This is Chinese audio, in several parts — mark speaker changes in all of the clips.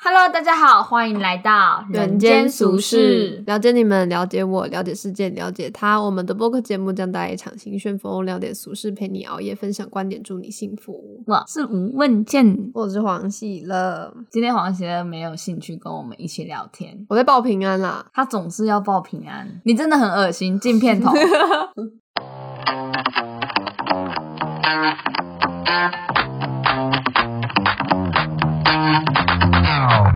Speaker 1: Hello，大家好，欢迎来到
Speaker 2: 了解你们，了解我，了解世界，了解他。我们的播客节目将带来一场新旋风，聊点俗事，陪你熬夜，分享观点，祝你幸福。
Speaker 1: 我是吴问健，
Speaker 2: 我是黄喜乐，
Speaker 1: 今天黄邪没有兴趣跟我们一起聊天，
Speaker 2: 我在报平安啦。
Speaker 1: 他总是要报平安，你真的很恶心，进片头。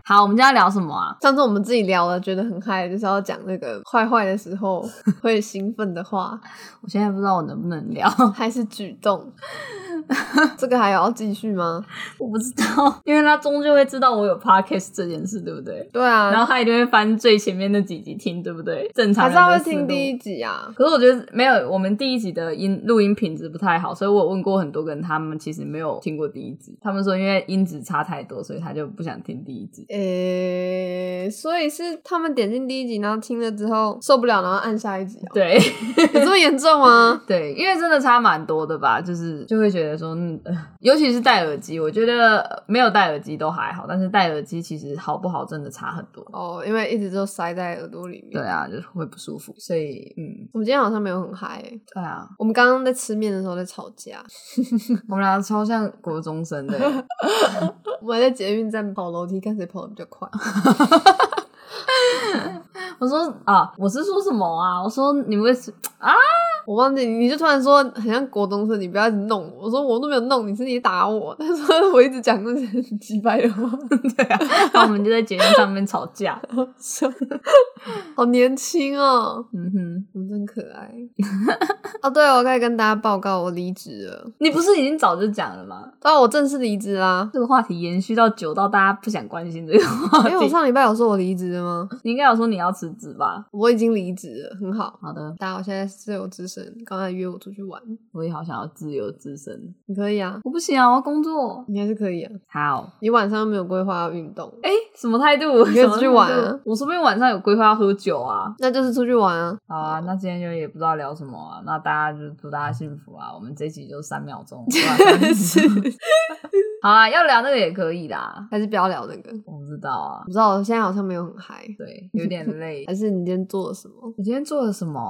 Speaker 1: 好，我们今天要聊什么啊？
Speaker 2: 上次我们自己聊了，觉得很嗨，就是要讲那个坏坏的时候会兴奋的 话，
Speaker 1: 我现在不知道我能不能聊，
Speaker 2: 还是举动。这个还要继续吗？
Speaker 1: 我不知道，因为他终究会知道我有 podcast 这件事，对不对？
Speaker 2: 对啊，
Speaker 1: 然后他一定会翻最前面那几集听，对不对？正常
Speaker 2: 还
Speaker 1: 人
Speaker 2: 是
Speaker 1: 的
Speaker 2: 他会
Speaker 1: 思
Speaker 2: 听
Speaker 1: 路
Speaker 2: 第一集啊。
Speaker 1: 可是我觉得没有，我们第一集的音录音品质不太好，所以我有问过很多个人，他们其实没有听过第一集，他们说因为音质差太多，所以他就不想听第一 集。
Speaker 2: 诶、所以是他们点进第一集，然后听了之后受不了，然后按下一集、啊。
Speaker 1: 对
Speaker 2: 有这么严重吗？
Speaker 1: 对，因为真的差蛮多的吧，就是就会觉得说，嗯，呃尤其是戴耳机，我觉得呃没有戴耳机都还好，但是戴耳机其实好不好真的差很多。
Speaker 2: 哦，因为一直都塞在耳朵里面。
Speaker 1: 对，啊，就是会不舒服，所以嗯，
Speaker 2: 我们今天好像没有很嗨欸、
Speaker 1: 对啊，
Speaker 2: 我们刚刚在吃面的时候在吵 架，
Speaker 1: 我们俩超像国中生的，欸
Speaker 2: 我们还在捷运站跑楼梯，看谁跑得比较快。
Speaker 1: 我说啊，我是说什么啊？我说你们为什啊？
Speaker 2: 我忘记，你就突然说很像国中生，你不要一直弄我。我说我都没有弄你，是你打我。 他说我一直讲那些很鸡掰的 话，
Speaker 1: 对啊，然后我们就在节目上面吵架。
Speaker 2: 好年轻哦，
Speaker 1: 嗯哼，
Speaker 2: 我们真可 爱。哦，对哦，我该跟大家报告，我离职了。
Speaker 1: 你不是已经早就讲了吗？
Speaker 2: 哦，我正式离职 啦。
Speaker 1: 这个话题延续到久到大家不想关心这个话
Speaker 2: 因为我
Speaker 1: 题。
Speaker 2: 上礼拜有说我离职了吗？
Speaker 1: 你应该有说你要辞职吧？
Speaker 2: 我已经离职了，很好。
Speaker 1: 好的，
Speaker 2: 大家好，我现在是自由之神，刚才约我出去玩，
Speaker 1: 我也好想要自由之身。
Speaker 2: 你可以啊，
Speaker 1: 我不行啊，我要工作。
Speaker 2: 你还是可以啊。
Speaker 1: 好，
Speaker 2: 你晚上又没有规划要运动，
Speaker 1: 哎，什么态度？
Speaker 2: 你可以
Speaker 1: 什么
Speaker 2: 出去玩啊
Speaker 1: 态度我说不定晚上有规划要喝酒啊。
Speaker 2: 那就是出去玩啊。
Speaker 1: 好啊，那今天就也不知道聊什么啊。那大家就祝大家幸福啊。我们这集就三秒 钟，
Speaker 2: 是，
Speaker 1: 好啊，要聊那个也可以啦。
Speaker 2: 还是不要聊那个。
Speaker 1: 我不知道啊
Speaker 2: 我，不知道，我现在好像没有很嗨，
Speaker 1: 对，有点累
Speaker 2: 还。是你今天做了什么？
Speaker 1: 我今天做了什么？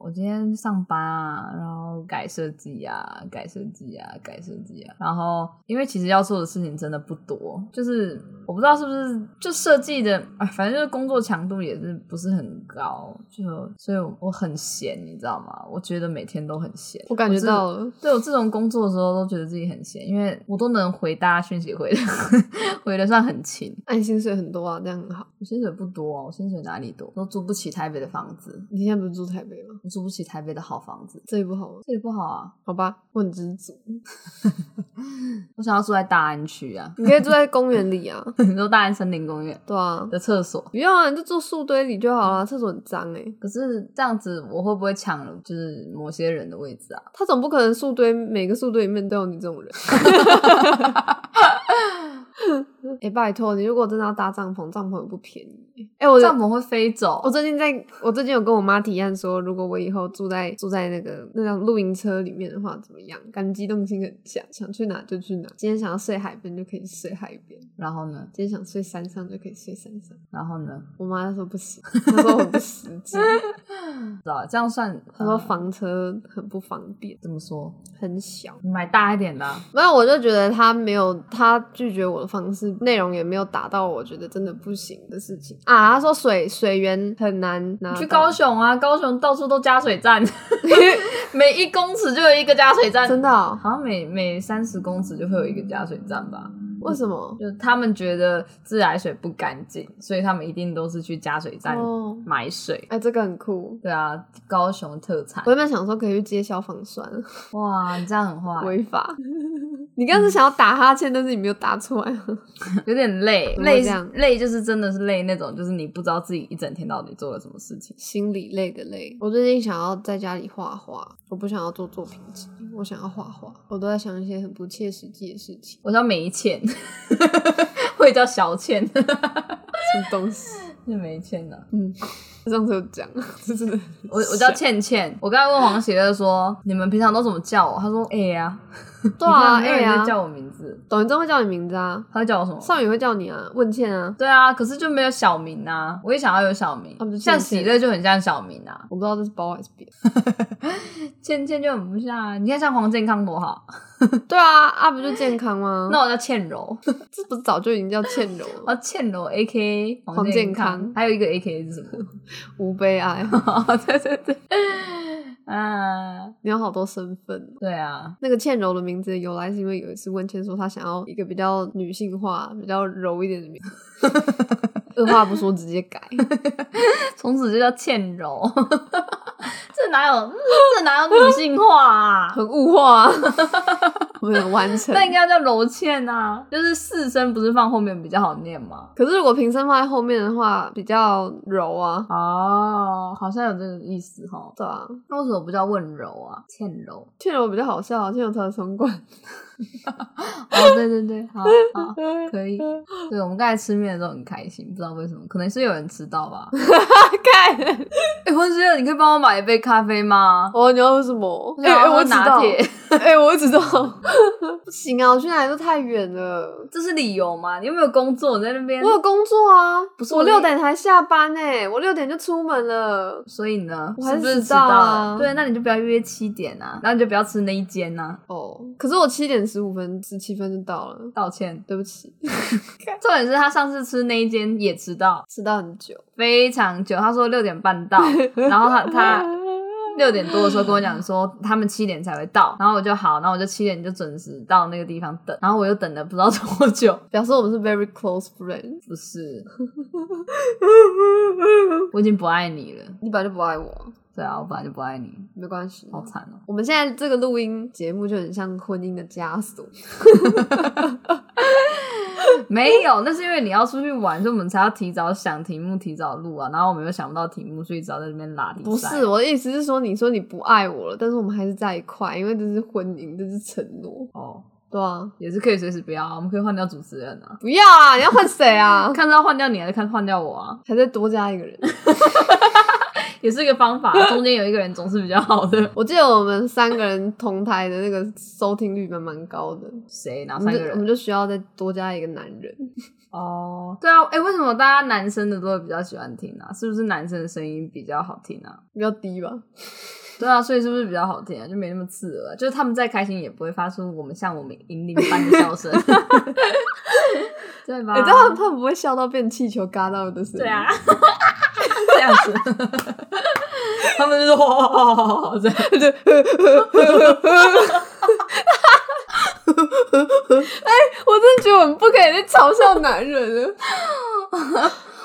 Speaker 1: 我今天上班啊，然后改设计啊，改设计啊，改设计啊。然后，因为其实要做的事情真的不多，就是我不知道是不是就设计的，哎，反正就是工作强度也是不是很高，就所以我很闲，你知道吗？我觉得每天都很闲，
Speaker 2: 我感觉
Speaker 1: 是
Speaker 2: 到了，
Speaker 1: 对我这种工作的时候，都觉得自己很闲，因为我都能回大家讯息回的 回的算很勤。
Speaker 2: 那你薪水很多啊，这样很好。
Speaker 1: 我薪水不多啊，我薪水哪里多？都租不起台北的房子，
Speaker 2: 你现在不是住台北吗？
Speaker 1: 我租不起台北的好房子，
Speaker 2: 这里不好吗？
Speaker 1: 这里不好啊。
Speaker 2: 好吧，我很知足。
Speaker 1: 我想要住在大安区啊，
Speaker 2: 你可以住在公园里啊，
Speaker 1: 你说大安森林公园
Speaker 2: 对啊，
Speaker 1: 的厕所。
Speaker 2: 不用啊，你就住树堆里就好了，厕所很脏欸诶、
Speaker 1: 可是这样子，我会不会抢了就是某些人的位置啊？
Speaker 2: 他总不可能树堆每个树堆里面都有你这种人。哎、拜托你，如果真的要搭帐篷，帐篷也不便宜。哎、我
Speaker 1: 帐篷会飞走
Speaker 2: 我。最近在，我最近有跟我妈提案说，如果我以后住在住在那个那辆露营车里面的话，怎么样？感觉机动性很强，想去哪就去哪。今天想要睡海边就可以睡海边，
Speaker 1: 然后呢？
Speaker 2: 今天想睡山上就可以睡山上。
Speaker 1: 然后呢？
Speaker 2: 我妈说不行，她说我不实际，
Speaker 1: 不知道这样算？
Speaker 2: 她说
Speaker 1: 呃
Speaker 2: 房车很不方便，
Speaker 1: 怎么说？
Speaker 2: 很小。
Speaker 1: 你买大一点的啊、
Speaker 2: 没有，我就觉得他没有，他拒绝我的方式，内容也没有达到我觉得真的不行的事情啊。他说水水源很难拿
Speaker 1: 你
Speaker 2: 到，
Speaker 1: 去高雄啊，高雄到处都加水站， 每一公尺就有一个加水站，
Speaker 2: 真的哦、
Speaker 1: 好像每每三十公尺就会有一个加水站吧。
Speaker 2: 为什么？
Speaker 1: 就他们觉得自来水不干净，所以他们一定都是去加水站
Speaker 2: 哦，
Speaker 1: 买水。
Speaker 2: 哎、这个很酷。
Speaker 1: 对啊，高雄特产
Speaker 2: 我。原本想说可以去接消防栓，
Speaker 1: 哇，你这样很坏，
Speaker 2: 违法。你刚才想要打哈欠，但是你没有打出来。
Speaker 1: 有点累，
Speaker 2: 怎么
Speaker 1: 累
Speaker 2: 这样
Speaker 1: 累就是真的是累那种，就是你不知道自己一整天到底做了什么事情。
Speaker 2: 心理类的类。我最近想要在家里画画，我不想要做作品集，我想要画画。我都在想一些很不切实际的事情，
Speaker 1: 我叫没钱， 我也叫小欠，
Speaker 2: 什么东西？
Speaker 1: 是啊没钱的、
Speaker 2: 嗯， 上次有讲， 就是
Speaker 1: 我我叫倩倩，我刚才问黄喜乐说，你们平常都怎么叫我？他说哎呀、
Speaker 2: 对啊，
Speaker 1: 你看没有
Speaker 2: 哎
Speaker 1: 人
Speaker 2: 呀
Speaker 1: 在，叫我名字，
Speaker 2: 董一真会叫你名字啊，
Speaker 1: 他叫我什么？
Speaker 2: 少宇会叫你啊，问倩啊，
Speaker 1: 对啊，可是就没有小名啊，我也想要有小名
Speaker 2: 啊不，是
Speaker 1: 像
Speaker 2: 倩倩
Speaker 1: 喜乐就很像小名啊，
Speaker 2: 我不知道这是包还是别。
Speaker 1: 倩倩就很不像啊。你看像黄健康多好，
Speaker 2: 对啊，啊不就健康吗？
Speaker 1: 那我叫啊倩柔，
Speaker 2: 这不是早就已经叫倩柔
Speaker 1: 我
Speaker 2: 了，
Speaker 1: 叫哦倩柔 A K
Speaker 2: 黄
Speaker 1: 黄
Speaker 2: 健
Speaker 1: 健
Speaker 2: 康
Speaker 1: 还有一个 A K 是什 么？哦
Speaker 2: 无悲哀。
Speaker 1: 对对对，啊，
Speaker 2: 你有好多身份。
Speaker 1: 对啊，
Speaker 2: 那个倩柔的名字的由来是因为有一次问倩说她想要一个比较女性化、比较柔一点的名字， 二话不说直接改。
Speaker 1: 从此就叫倩柔，这哪有这哪有女性化啊？
Speaker 2: 很物化、 啊，没有完 成。
Speaker 1: 那应该叫柔倩啊，就是四声不是放后面比较好念吗？
Speaker 2: 可是如果平声放在后面的话，比较柔啊。
Speaker 1: 哦，好像有这个意思哈。
Speaker 2: 对啊，
Speaker 1: 那为什么不叫温柔啊？倩柔。
Speaker 2: 倩柔比较好笑、啊，倩柔才有 双冠。
Speaker 1: 哦，对对对，好好。可以，对我们刚才吃面的时候很开心，不知道为什么，可能是有人迟到吧。
Speaker 2: 看
Speaker 1: 哎、黄先生，你可以帮我买一杯咖啡吗？
Speaker 2: 哦，你要喝什么？
Speaker 1: 我
Speaker 2: 哎、
Speaker 1: 想
Speaker 2: 哎
Speaker 1: 要喝
Speaker 2: 我知
Speaker 1: 拿
Speaker 2: 道，
Speaker 1: 铁，
Speaker 2: 哎、我知道， 不行啊，我去哪里都太远了。
Speaker 1: 这是理由吗？你有没有工作？你在那边
Speaker 2: 我，有工作啊，
Speaker 1: 嗯不是
Speaker 2: 我
Speaker 1: 我
Speaker 2: 六
Speaker 1: 的
Speaker 2: 点才下班呢、我六点就出门了。
Speaker 1: 所以呢，
Speaker 2: 我还是
Speaker 1: 不是
Speaker 2: 迟到啊
Speaker 1: 了对，那你就不要约七点啊，然后你就不要吃那一间啊。
Speaker 2: 哦，可是我七点十五分、十七分就到了，
Speaker 1: 道歉，
Speaker 2: 对不起，
Speaker 1: 重点是他上次吃那一间也迟到
Speaker 2: 迟到很久。
Speaker 1: 非常久，他说六点半 到，然后他他六点多的时候跟我讲说他们七点才会到，然后我就好，然后我就七点就准时到那个地方等，然后我又等了不知道多久，
Speaker 2: 表示我们是 very close friend。
Speaker 1: 不是， 我已经不爱你了，
Speaker 2: 你本来就不爱我，
Speaker 1: 对啊，我本来就不爱你，
Speaker 2: 没关系。
Speaker 1: 好惨哦、
Speaker 2: 我们现在这个录音节目就很像婚姻的枷锁，
Speaker 1: 没有，那是因为你要出去玩，所以我们才要提早想题目，提早录啊，然后我们又想不到题目，所以只好在这边拉比赛。
Speaker 2: 不是我的意思是说，你说你不爱我了，但是我们还是在一块，因为这是婚姻，这是承诺，
Speaker 1: 哦，
Speaker 2: 对啊，
Speaker 1: 也是可以随时不要啊，我们可以换掉主持人啊，
Speaker 2: 不要啊，你要换谁 啊？
Speaker 1: 看是要换掉你还是看换掉我啊，
Speaker 2: 还再多加一个人。
Speaker 1: 也是一个方法，啊 中间有一个人总是比较好的。
Speaker 2: 我记得我们三个人同台的那个收听率蛮蛮高的，
Speaker 1: 谁哪
Speaker 2: 我
Speaker 1: 三
Speaker 2: 们就
Speaker 1: 个
Speaker 2: 我
Speaker 1: 人？
Speaker 2: 们就需要再多加一个男人。
Speaker 1: 哦，对啊，哎、为什么大家男生的都会比较喜欢听啊？是不是男生的声音比较好听啊？
Speaker 2: 比较低吧，
Speaker 1: 对啊，所以是不是比较好听啊？就没那么刺耳啊、就是他们再开心也不会发出我们像我们银铃般的笑声，对吧？
Speaker 2: 你知道哎他们不会笑到变气球嘎到的声音。
Speaker 1: 对啊，，这样子，他们就是哇哇哇哇哇这样，
Speaker 2: 对，哎，我真的觉得我们不可以再嘲笑男人了。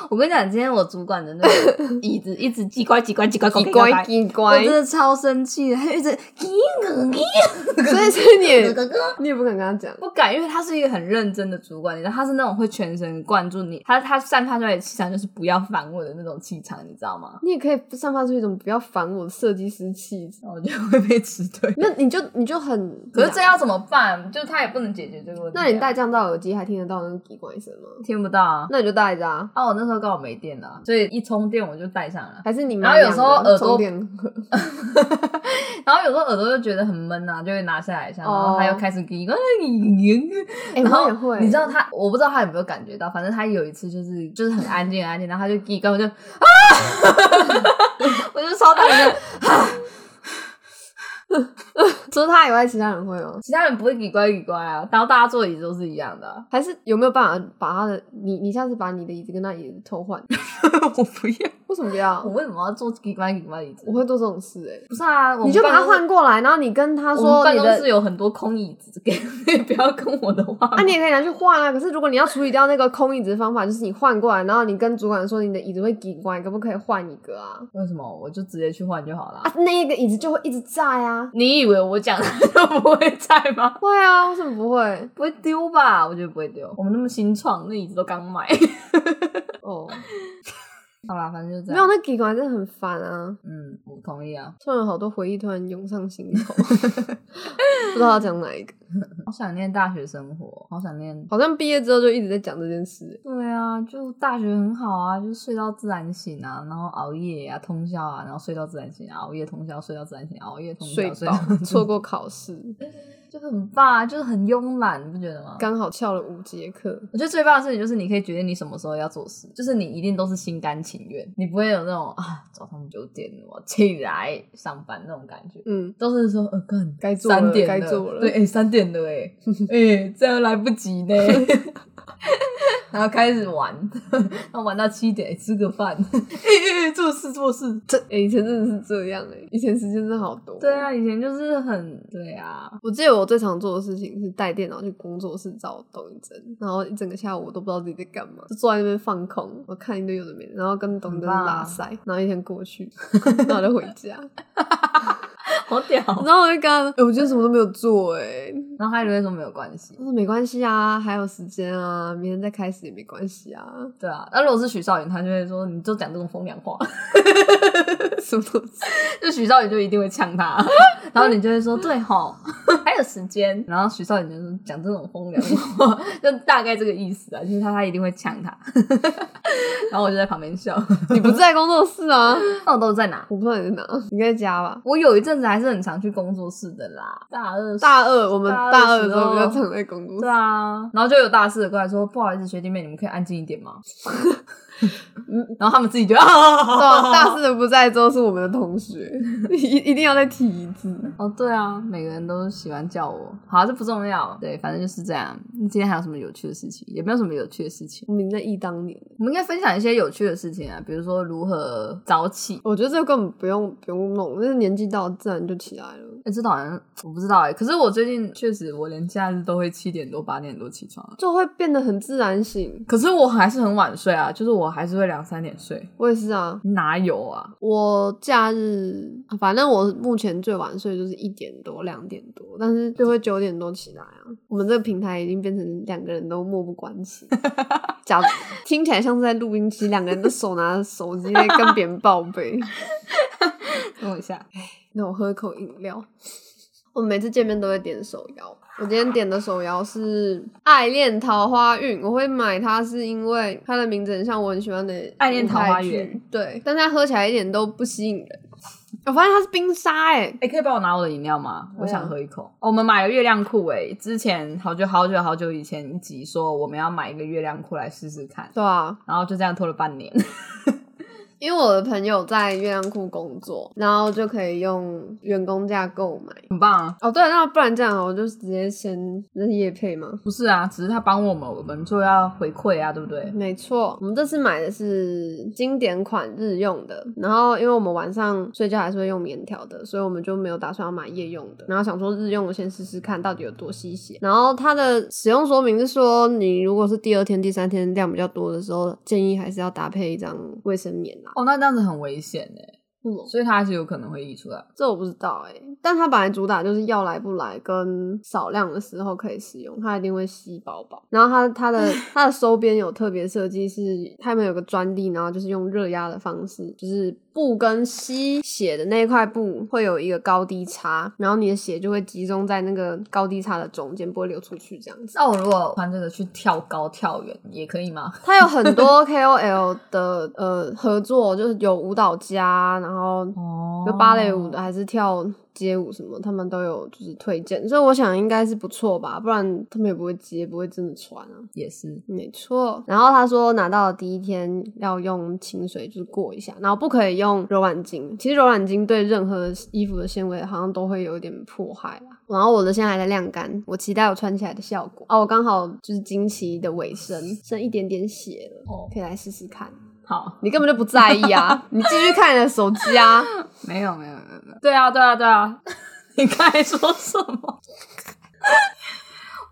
Speaker 1: 我跟你讲，今天我主管的那个椅子一直叽呱叽呱叽 呱叽呱叽呱，
Speaker 2: 奇
Speaker 1: 我
Speaker 2: 怪
Speaker 1: 真的超生气的，他一直叽咕叽
Speaker 2: 所以所以 你也
Speaker 1: 咕咕咕
Speaker 2: 你也不敢跟他讲，
Speaker 1: 不敢，因为他是一个很认真的主管，你知道，他是那种会全神贯注你，他他散发出来的气场就是不要烦我的那种气场，你知道吗？
Speaker 2: 你也可以散发出一种不要烦我的设计师气质。
Speaker 1: 然后我就会被辞退。
Speaker 2: 那你就你就很，
Speaker 1: 可是这要怎么办？就他也不能解决这个问题啊、
Speaker 2: 那你戴降噪耳机还听得到那个奇怪声吗？
Speaker 1: 听不到啊？
Speaker 2: 那你就戴着啊，
Speaker 1: 啊，我那时候刚好没电了，所以一充电我就戴上了。
Speaker 2: 还是你
Speaker 1: 然后有时候
Speaker 2: 买两个
Speaker 1: 耳朵
Speaker 2: 充电盒
Speaker 1: 然后有时候耳朵就觉得很闷啊，就会拿下来一下，然后他又开始叽呱
Speaker 2: 哦哎，
Speaker 1: 然
Speaker 2: 我
Speaker 1: 后
Speaker 2: 也会，
Speaker 1: 你知道他，我不知道他有没有感觉到，反正他有一次就是就是很安静很安静，然后他就叽呱，我就啊， 我就超大声。
Speaker 2: 除了他以外，其他人会哦吗？
Speaker 1: 其他人不会叽呱叽呱啊，然后大家坐的椅子都是一样的啊、
Speaker 2: 还是有没有办法把他的你你下次把你的椅子跟他椅子偷换？
Speaker 1: 我不要，
Speaker 2: 为什么不要
Speaker 1: 我？为什么要坐叽呱叽呱椅子
Speaker 2: 我？会做这种事哎、
Speaker 1: 不是啊，我
Speaker 2: 你
Speaker 1: 们
Speaker 2: 就把它
Speaker 1: 办公室
Speaker 2: 换过来，然后你跟他
Speaker 1: 我们
Speaker 2: 说
Speaker 1: 办
Speaker 2: 你
Speaker 1: 公室
Speaker 2: 的，
Speaker 1: 有很多空椅子， 给不要跟我的话。
Speaker 2: 啊，你也可以拿去换啊。可是如果你要处理掉那个空椅子的方法，就是你换过来，然后你跟主管说你的椅子会挤过来，可不可以换一个啊？
Speaker 1: 为什么？我就直接去换就好了。
Speaker 2: 啊，那个椅子就会一直在啊。
Speaker 1: 你以为我讲的就不会在吗？
Speaker 2: 会啊，为什么不会？
Speaker 1: 不会丢吧？我觉得不会丢。我们那么新创，那椅子都刚买。
Speaker 2: 哦，
Speaker 1: 好啦，反正就这
Speaker 2: 没有
Speaker 1: 样。
Speaker 2: 那挤过来真的很烦啊。
Speaker 1: 嗯，我同意啊。
Speaker 2: 突然有好多回忆突然涌上心头， 不知道要讲哪一个。
Speaker 1: 好想念大学生活，好想念。
Speaker 2: 好像毕业之后就一直在讲这件事、欸。
Speaker 1: 对啊，就大学很好啊，就睡到自然醒啊，然后熬夜啊，通宵啊啊，然后睡到自然醒，熬夜通宵，睡到自然醒，熬夜通宵，
Speaker 2: 睡
Speaker 1: 睡
Speaker 2: 饱
Speaker 1: 到，
Speaker 2: 错过考试，
Speaker 1: 就很棒，啊就是很慵懒，你不觉得吗？
Speaker 2: 刚好翘了五节课，
Speaker 1: 我觉得最棒的事情就是你可以决定你什么时候要做事，就是你一定都是心甘情愿，你不会有那种啊早上九点我起来上班那种感觉，
Speaker 2: 嗯，
Speaker 1: 都是说呃干
Speaker 2: 该做了
Speaker 1: 三点
Speaker 2: 该做了
Speaker 1: 对，哎、三点了 哎、哎、这样来不及 呢，然后开始 玩，然后玩到七点、哎吃个饭，哎、哎、哎做事做事，
Speaker 2: 这、欸、以前真的是这样哎、以前时间真的好多。
Speaker 1: 对啊，以前就是很对啊，
Speaker 2: 我记得我最常做的事情是带电脑去工作室找抖音针，然后一整个下午我都不知道自己在干嘛，就坐在那边放空，我看一堆有的没的，然后跟抖音针
Speaker 1: 很棒啊
Speaker 2: 拉塞，然后一天过去， 然后我就回家，
Speaker 1: 好屌。
Speaker 2: 然后我就跟他们，欸我今天什么都没有做哎、
Speaker 1: 然后他就会说没有关系
Speaker 2: 他，说没关系啊，还有时间啊，明天再开始也没关系啊，
Speaker 1: 对啊。那如果是许绍远，他就会说你就讲这种风凉 话。
Speaker 2: 什么东西？
Speaker 1: 就许绍远就一定会呛 他，然后你就会说对吼，还有时间。然后许绍远就是讲这种风凉 话，就大概这个意思啊，就是他他一定会呛 他，然后我就在旁边笑。
Speaker 2: 你不在工作室啊？
Speaker 1: 那我都在哪？
Speaker 2: 我不知道你在哪，你在家吧？
Speaker 1: 我有一阵子还是很常去工作室的啦，大二
Speaker 2: 大二，我们
Speaker 1: 大
Speaker 2: 大
Speaker 1: 二
Speaker 2: 二
Speaker 1: 的
Speaker 2: 的
Speaker 1: 时
Speaker 2: 时
Speaker 1: 候
Speaker 2: 候比较常在工作
Speaker 1: 对
Speaker 2: 室。
Speaker 1: 啊，然后就有大四的过来说，不好意思，学弟妹，你们可以安静一点 吗？
Speaker 2: 嗯
Speaker 1: 然后他们自己就啊，
Speaker 2: 对啊，大四的不在之后是我们的同学， 一一定要再提一次。
Speaker 1: 哦，对啊，每个人都喜欢叫我，好，这不重要，对，反正就是这样。那今天还有什么有趣的事情？也没有什么有趣的事情。
Speaker 2: 我们在忆当年，
Speaker 1: 我们应该分享一些有趣的事情啊，比如说如何早起。
Speaker 2: 我觉得这个根本不用不用弄，但是年纪到了自然就起来了。
Speaker 1: 哎、这好像我不知道哎、可是我最近确实，我连假日都会七点多、八点多起床啊。
Speaker 2: 就会变得很自然醒。
Speaker 1: 可是我还是很晚睡啊，就是我还是会两三点睡，
Speaker 2: 我也是啊，
Speaker 1: 哪有啊？
Speaker 2: 我假日反正我目前最晚睡就是一点多、两点多，但是就会九点多起来啊。我们这个平台已经变成两个人都漠不关心，假听起来像是在录音机，两个人都手拿着手机在跟别人报备。
Speaker 1: 等我一下，
Speaker 2: 那我喝一口饮料。我每次见面都会点手摇，我今天点的手摇是《爱恋桃花运》，我会买它是因为它的名字很像我很喜欢的《
Speaker 1: 爱恋桃花源》，
Speaker 2: 对，但它喝起来一点都不吸引人。我发现它是冰沙、欸，
Speaker 1: 哎、可以帮我拿我的饮料吗？我
Speaker 2: 对啊
Speaker 1: 想喝一口。哦我们买了月亮裤哎、之前好久好久好久以前一集说我们要买一个月亮裤来试试看，
Speaker 2: 对啊，
Speaker 1: 然后就这样拖了半年。
Speaker 2: 因为我的朋友在月亮库工作，然后就可以用员工价购买。
Speaker 1: 很棒啊！
Speaker 2: 哦，对，那不然这样，我就直接先那是夜配吗？
Speaker 1: 不是啊，只是他帮我们，我们就要回馈啊，对不对？
Speaker 2: 没错，我们这次买的是经典款日用的，然后因为我们晚上睡觉还是会用棉条的，所以我们就没有打算要买夜用的。然后想说日用的先试试看到底有多吸血。然后它的使用说明是说，你如果是第二天、第三天量比较多的时候，建议还是要搭配一张卫生棉啊啦。
Speaker 1: 哦，那这样子很危险哎、
Speaker 2: 嗯，
Speaker 1: 所以它还是有可能会溢出来。
Speaker 2: 这我不知道哎、但它本来主打就是要来不来跟少量的时候可以使用，它一定会吸饱饱。然后它它的它的收边有特别设计是，他们有个专利，然后就是用热压的方式，就是布跟吸血的那一块布会有一个高低差，然后你的血就会集中在那个高低差的中间，不会流出去这样子。
Speaker 1: 那我如果穿这个去跳高跳远也可以吗？
Speaker 2: 它有很多 KOL 的呃合作，就是有舞蹈家，然后
Speaker 1: 哦
Speaker 2: 就芭蕾舞的还是跳街舞什么，他们都有就是推荐，所以我想应该是不错吧，不然他们也不会接，不会真的穿啊。
Speaker 1: 也是，
Speaker 2: 没错，然后他说拿到的第一天要用清水就是过一下，然后不可以用柔软巾。其实柔软巾对任何衣服的纤维好像都会有一点迫害啦。然后我的现在还在晾干，我期待我穿起来的效果啊！我刚好就是经期的尾声，剩一点点血了，
Speaker 1: 哦
Speaker 2: 可以来试试看。
Speaker 1: 好，
Speaker 2: 你根本就不在意啊，你继续看你的手机啊。
Speaker 1: 没有没有没有没有，对啊对啊对啊， 你刚才说什么？ 哦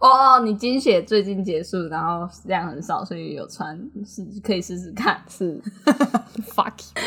Speaker 1: 哦，你经血最近结束，然后量很少，所以有穿是可以试试看。
Speaker 2: 是 ，fuck you。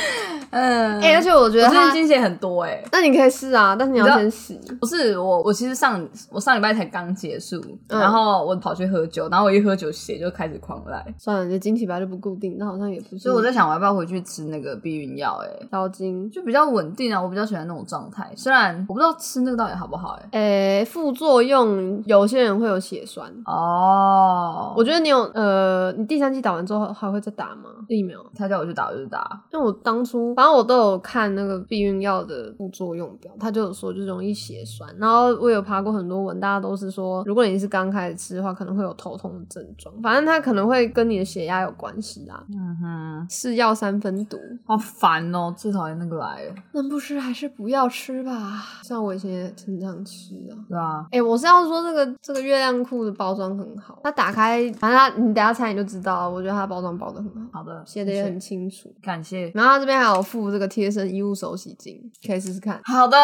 Speaker 1: 嗯，
Speaker 2: 哎、而且我觉得
Speaker 1: 我最近
Speaker 2: 他，
Speaker 1: 经血很多哎、
Speaker 2: 那你可以试啊，但是你
Speaker 1: 你知
Speaker 2: 要
Speaker 1: 道
Speaker 2: 先洗。
Speaker 1: 不是我，我其实上我上礼拜才刚结束，
Speaker 2: 嗯
Speaker 1: 然后我跑去喝酒，然后我一喝酒血就开始狂来，
Speaker 2: 算了，你的经期本来就不固定，那好像也不是。
Speaker 1: 所以我在想我要不要回去吃那个避孕药、欸？哎，
Speaker 2: 烧经，
Speaker 1: 就比较稳定啊，我比较喜欢那种状态。虽然我不知道吃那个到底好不好、欸，哎，
Speaker 2: 诶、副作用有些人会有血栓。
Speaker 1: 哦，
Speaker 2: 我觉得你有呃，你第三季打完之后还会再打吗？疫苗？
Speaker 1: 他叫我去打我就打，
Speaker 2: 因为我当初反正我都有看那个避孕药的副作用表，他就有说就是容易血栓，然后我有爬过很多文，大家都是说如果你是刚开始吃的话，可能会有头痛的症状，反正它可能会跟你的血压有关系啊啦。
Speaker 1: 嗯哼，
Speaker 2: 是药三分毒，
Speaker 1: 好烦哦，最讨厌那个来了，
Speaker 2: 能不吃还是不要吃吧。像我以前也经常吃啊。
Speaker 1: 对啊，
Speaker 2: 哎、我是要说这个这个月亮裤的包装很好，它打开，反正它你等一下猜你就知道了。我觉得它包装包的很好，
Speaker 1: 好的，
Speaker 2: 写的
Speaker 1: 谢
Speaker 2: 也
Speaker 1: 谢
Speaker 2: 很清楚。
Speaker 1: 感谢，
Speaker 2: 然后它这边还有附这个贴身衣物手洗巾，可以试试看。
Speaker 1: 好的，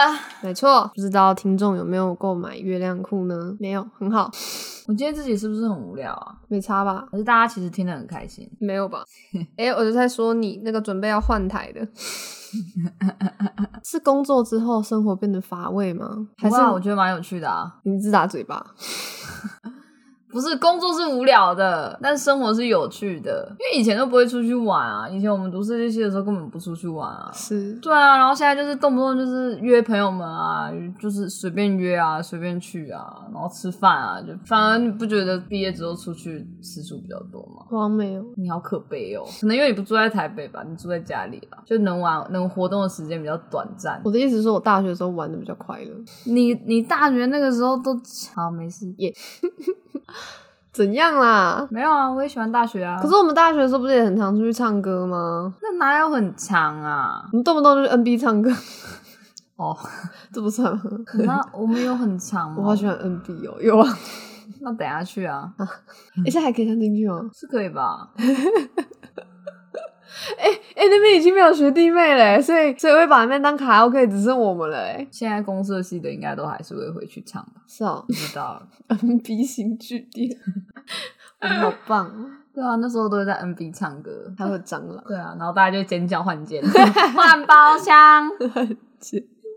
Speaker 2: 没错，不知道听众有没有购买月亮裤呢？没有，很好，
Speaker 1: 我今天自己是不是很无聊啊？
Speaker 2: 没差吧？
Speaker 1: 可是大家其实听得很开心，
Speaker 2: 没有吧？哎、我就在说你那个准备要换台 的，是工作之后生活变得乏味吗？还是
Speaker 1: 不过啊我觉得蛮有趣的啊，
Speaker 2: 你自打嘴巴？
Speaker 1: 不是工作是无聊的，但是生活是有趣的，因为以前都不会出去玩啊，以前我们读世界系的时候根本不出去玩啊，
Speaker 2: 是
Speaker 1: 对啊，然后现在就是动不动就是约朋友们啊，就是随便约啊，随便去啊，然后吃饭啊，就反而你不觉得毕业之后出去次数比较多吗？
Speaker 2: 我没有。
Speaker 1: 你好可悲哦，可能因为你不住在台北吧，你住在家里啦，就能玩能活动的时间比较短暂。
Speaker 2: 我的意思是我大学的时候玩的比较快乐，
Speaker 1: 你你大学那个时候都好没事，
Speaker 2: 怎样啦？
Speaker 1: 没有啊，我也喜欢大学啊，
Speaker 2: 可是我们大学的时候不是也很常出去唱歌吗？
Speaker 1: 那哪有很长啊？
Speaker 2: 我们动不动就是 NB 唱歌，
Speaker 1: 哦，
Speaker 2: 这不算吗？
Speaker 1: 那我们有很长
Speaker 2: 我好
Speaker 1: 吗？
Speaker 2: 喜欢 NB 哦，有啊，
Speaker 1: 那等一下去啊，
Speaker 2: 哎、现在还可以唱进去吗？
Speaker 1: 是可以吧？
Speaker 2: 哎、那边已经没有学弟妹嘞，所以所以会把那边当卡拉 OK，只剩我们了哎。
Speaker 1: 现在公社系的应该都还是会回去唱吧？
Speaker 2: 是哦
Speaker 1: 不知道。
Speaker 2: ，NB 型巨 店，我们好棒哦，
Speaker 1: 对啊，那时候都会在 NB 唱歌。
Speaker 2: 还有蟑 螂。
Speaker 1: 对啊，然后大家就尖叫换肩， 换包 厢，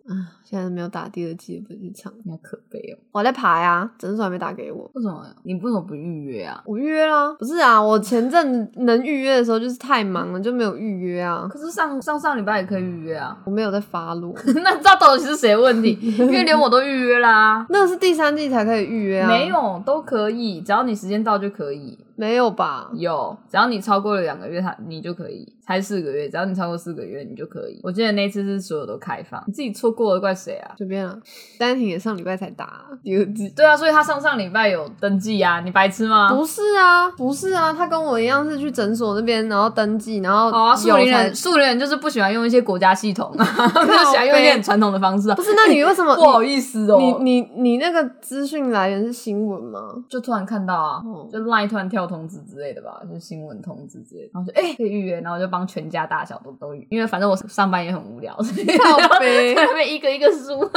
Speaker 2: 啊，现在没有打第二季的本日唱，
Speaker 1: 你好可悲哦！
Speaker 2: 我还在爬呀，诊所还没打给我。
Speaker 1: 为什么你为什么不预约啊？
Speaker 2: 我预约啦，不是啊，我前阵子能预约的时候就是太忙了，就没有预约啊。
Speaker 1: 可是上上上礼拜也可以预约啊，
Speaker 2: 我没有在发落，
Speaker 1: 那知道到底是谁的问题？因为连我都预约 啦、
Speaker 2: 那个是第三季才可以预约啊？
Speaker 1: 没，有都可以，只要你时间到就可以。
Speaker 2: 没有吧？
Speaker 1: 有，只要你超过了两个月，它你就可以，才四个月，只要你超过四个月，你就可以。我记得那次是所有都开放，你自己错过了怪谁啊？
Speaker 2: 随便啊，丹婷也上礼拜才打、第二季。
Speaker 1: 对啊，所以他上上礼拜有登记啊，你白痴吗？
Speaker 2: 不是啊，不是啊，他跟我一样是去诊所那边，然后登记，然后
Speaker 1: 好啊，树
Speaker 2: 有
Speaker 1: 林
Speaker 2: 才
Speaker 1: 人，树林人就是不喜欢用一些国家系 统啊，他们
Speaker 2: 靠
Speaker 1: 喜欢用一
Speaker 2: 背
Speaker 1: 些很传统的方式啊
Speaker 2: 不。是？那你为什 么
Speaker 1: 不好意思哦，
Speaker 2: 你你你你那个资讯来源是新闻 吗？
Speaker 1: 就突然看到啊
Speaker 2: 哦，
Speaker 1: 就 line 突然跳通知之类的吧，就是新闻通知之类的，然后就哎、可以预约，然后就帮全家大小都都预约，因为反正我上班也很无聊，所以
Speaker 2: 靠
Speaker 1: 然后
Speaker 2: 背
Speaker 1: 在那边一个一个输，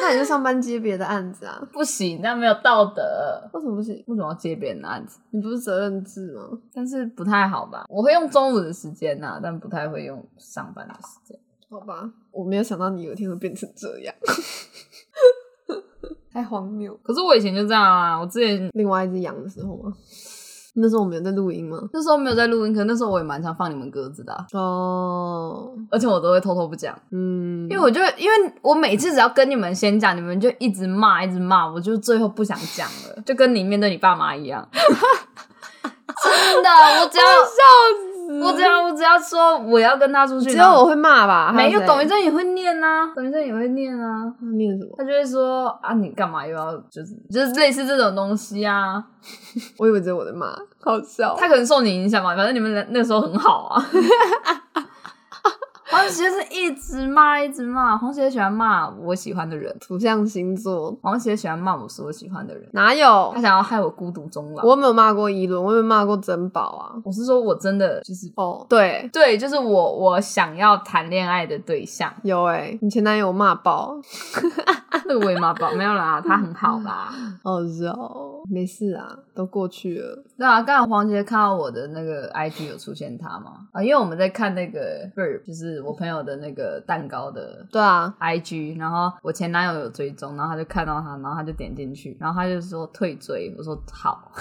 Speaker 2: 那你就上班接别的案子啊？
Speaker 1: 不行，那没有道德。
Speaker 2: 为什么不行？
Speaker 1: 为什么要接别人的案子？
Speaker 2: 你不是责任制吗？
Speaker 1: 但是不太好吧？我会用中午的时间呐、但不太会用上班的时间。
Speaker 2: 好吧，我没有想到你有一天会变成这样， 太荒谬。
Speaker 1: 可是我以前就这样啊，我之前
Speaker 2: 另外一只羊的时候吗？那时候我们有在录音吗？
Speaker 1: 那时候没有在录音，可那时候我也蛮常放你们鸽子的啊、
Speaker 2: 哦，
Speaker 1: 而且我都会偷偷不讲，
Speaker 2: 嗯，
Speaker 1: 因为我就因为我每次只要跟你们先讲，你们就一直骂，一直骂，我就最后不想讲了，就跟你面对你爸妈一样。 真的，我只要
Speaker 2: 笑死
Speaker 1: 我只要我只要说我要跟他出去，
Speaker 2: 只有
Speaker 1: 然后
Speaker 2: 我会骂吧？
Speaker 1: 没有
Speaker 2: 还谁
Speaker 1: 董一正也会念啊，董一正也会念啊，
Speaker 2: 他念什么？
Speaker 1: 他就会说啊你干嘛又要就是就是类似这种东西啊，
Speaker 2: 我以为只有我在骂，好笑。
Speaker 1: 他可能受你影响吧，反正你们那那时候很好啊。黄喜是一直骂，一直骂。黄喜喜欢骂我喜欢的人，
Speaker 2: 土象星座
Speaker 1: 黄喜喜欢骂我说我喜欢的人，
Speaker 2: 哪有
Speaker 1: 他？想要害我孤独终老。
Speaker 2: 我没有骂过伊伦，我没有骂过珍宝啊。
Speaker 1: 我是说我真的就是
Speaker 2: 哦，对，，
Speaker 1: 对，就是我我想要谈恋爱的对象
Speaker 2: 有哎、你前男友骂爆，
Speaker 1: 那个我也妈宝没有啦，他很好啦。
Speaker 2: 好笑哦。没事啊，都过去了。
Speaker 1: 对啊，刚才黄杰看到我的那个 IG 有出现他吗？啊，因为我们在看那个 Verb，就是我朋友的那个蛋糕的
Speaker 2: 对啊，
Speaker 1: IG，然后我前男友有追踪，然后他就看到他，然后他就点进去，然后他就说退追，我说好，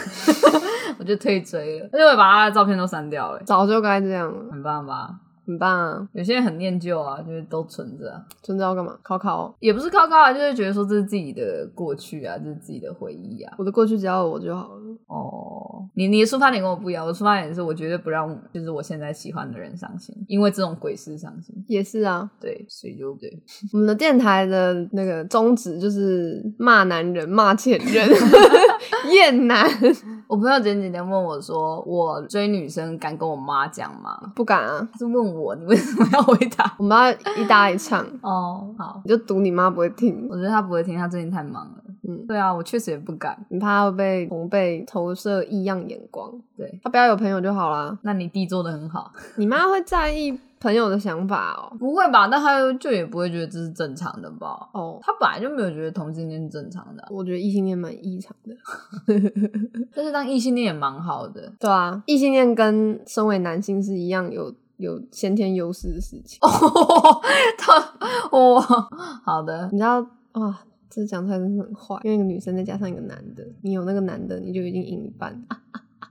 Speaker 1: 我就退追了，而且我也把他的照片都删掉了，
Speaker 2: 早就该这样了。
Speaker 1: 很棒吧？
Speaker 2: 很棒啊！
Speaker 1: 有些人很念旧啊，就是都存着、啊，
Speaker 2: 存着要干嘛？考考哦
Speaker 1: 也不是高高啊，就是觉得说这是自己的过去啊，这是自己的回忆啊。
Speaker 2: 我的过去只要有我就好了。
Speaker 1: 哦，你你的出发点跟我不一样，我的出发点是我绝对不让就是我现在喜欢的人伤心，因为这种鬼事伤心。
Speaker 2: 也是啊，
Speaker 1: 对，所以就对，
Speaker 2: 我们的电台的那个宗旨就是骂男人、 骂前任、厌男，
Speaker 1: 我朋友前几天问我说，我追女生敢跟我妈讲吗？
Speaker 2: 不敢啊！
Speaker 1: 他是问我你为什么要回答？
Speaker 2: 我们要一搭一唱，
Speaker 1: 哦，好，
Speaker 2: 你就赌你妈不会听，
Speaker 1: 我觉得他不会听，他最近太忙了。
Speaker 2: 嗯，
Speaker 1: 对啊，我确实也不敢。
Speaker 2: 你怕会被同辈投射异样眼光。
Speaker 1: 对，
Speaker 2: 他不要有朋友就好啦。
Speaker 1: 那你弟做的很好，
Speaker 2: 你妈会在意朋友的想法哦。
Speaker 1: 不会吧？但他就也不会觉得这是正常的吧？
Speaker 2: 哦，
Speaker 1: 他本来就没有觉得同性恋是正常的啊、
Speaker 2: 我觉得异性恋蛮异常的。
Speaker 1: 但是当异性恋也蛮好的。
Speaker 2: 对啊，异性恋跟身为男性是一样有有先天优势的事情。
Speaker 1: 他哇，好的，
Speaker 2: 你知道哇，这讲出来真的很坏，因为一个女生再加上一个男的，你有那个男的，你就已经赢一半、啊。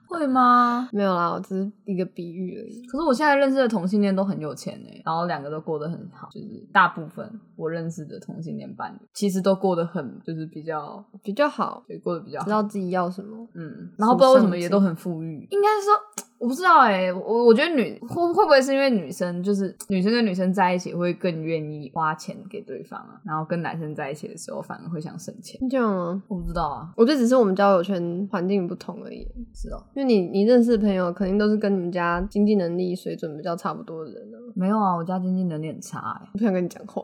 Speaker 1: 会吗？
Speaker 2: 没有啦，我只是一个比喻而已。
Speaker 1: 可是我现在认识的同性恋都很有钱哎、然后两个都过得很好，就是大部分我认识的同性恋伴侣其实都过得很，就是比较
Speaker 2: 比较好，
Speaker 1: 对过得比较
Speaker 2: 知
Speaker 1: 好，
Speaker 2: 道自己要什么。
Speaker 1: 嗯，然后不知道为什么也
Speaker 2: 上进
Speaker 1: 都很富裕，应该说我不知道哎、我我觉得女会会不会是因为女生就是女生跟女生在一起会更愿意花钱给对方啊，然后跟男生在一起的时候反而会想省钱，
Speaker 2: 是这样吗？
Speaker 1: 我不知道啊，
Speaker 2: 我觉得只是我们交友圈环境不同而已，
Speaker 1: 是哦，
Speaker 2: 因为你你认识的朋友肯定都是跟你们家经济能力水准比较差不多的人啊。
Speaker 1: 没有啊，我家经济能力很差哎、
Speaker 2: 我不想跟你讲话。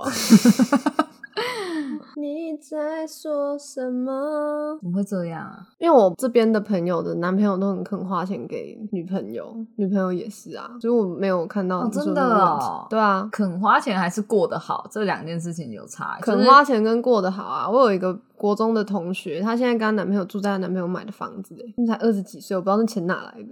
Speaker 2: 你在说什么？
Speaker 1: 怎么会这样啊？
Speaker 2: 因为我这边的朋友的男朋友都很肯花钱给女朋友，女朋友也是啊，所以我没有看到
Speaker 1: 哦
Speaker 2: 你说
Speaker 1: 真的
Speaker 2: 那个问题
Speaker 1: 哦
Speaker 2: 对啊，
Speaker 1: 肯花钱还是过得好，这两件事情有差、欸。
Speaker 2: 肯
Speaker 1: 就是
Speaker 2: 花钱跟过得好啊。我有一个国中的同学，她现在跟她男朋友住在她男朋友买的房子、欸，他们才二十几岁，我不知道那钱哪来的，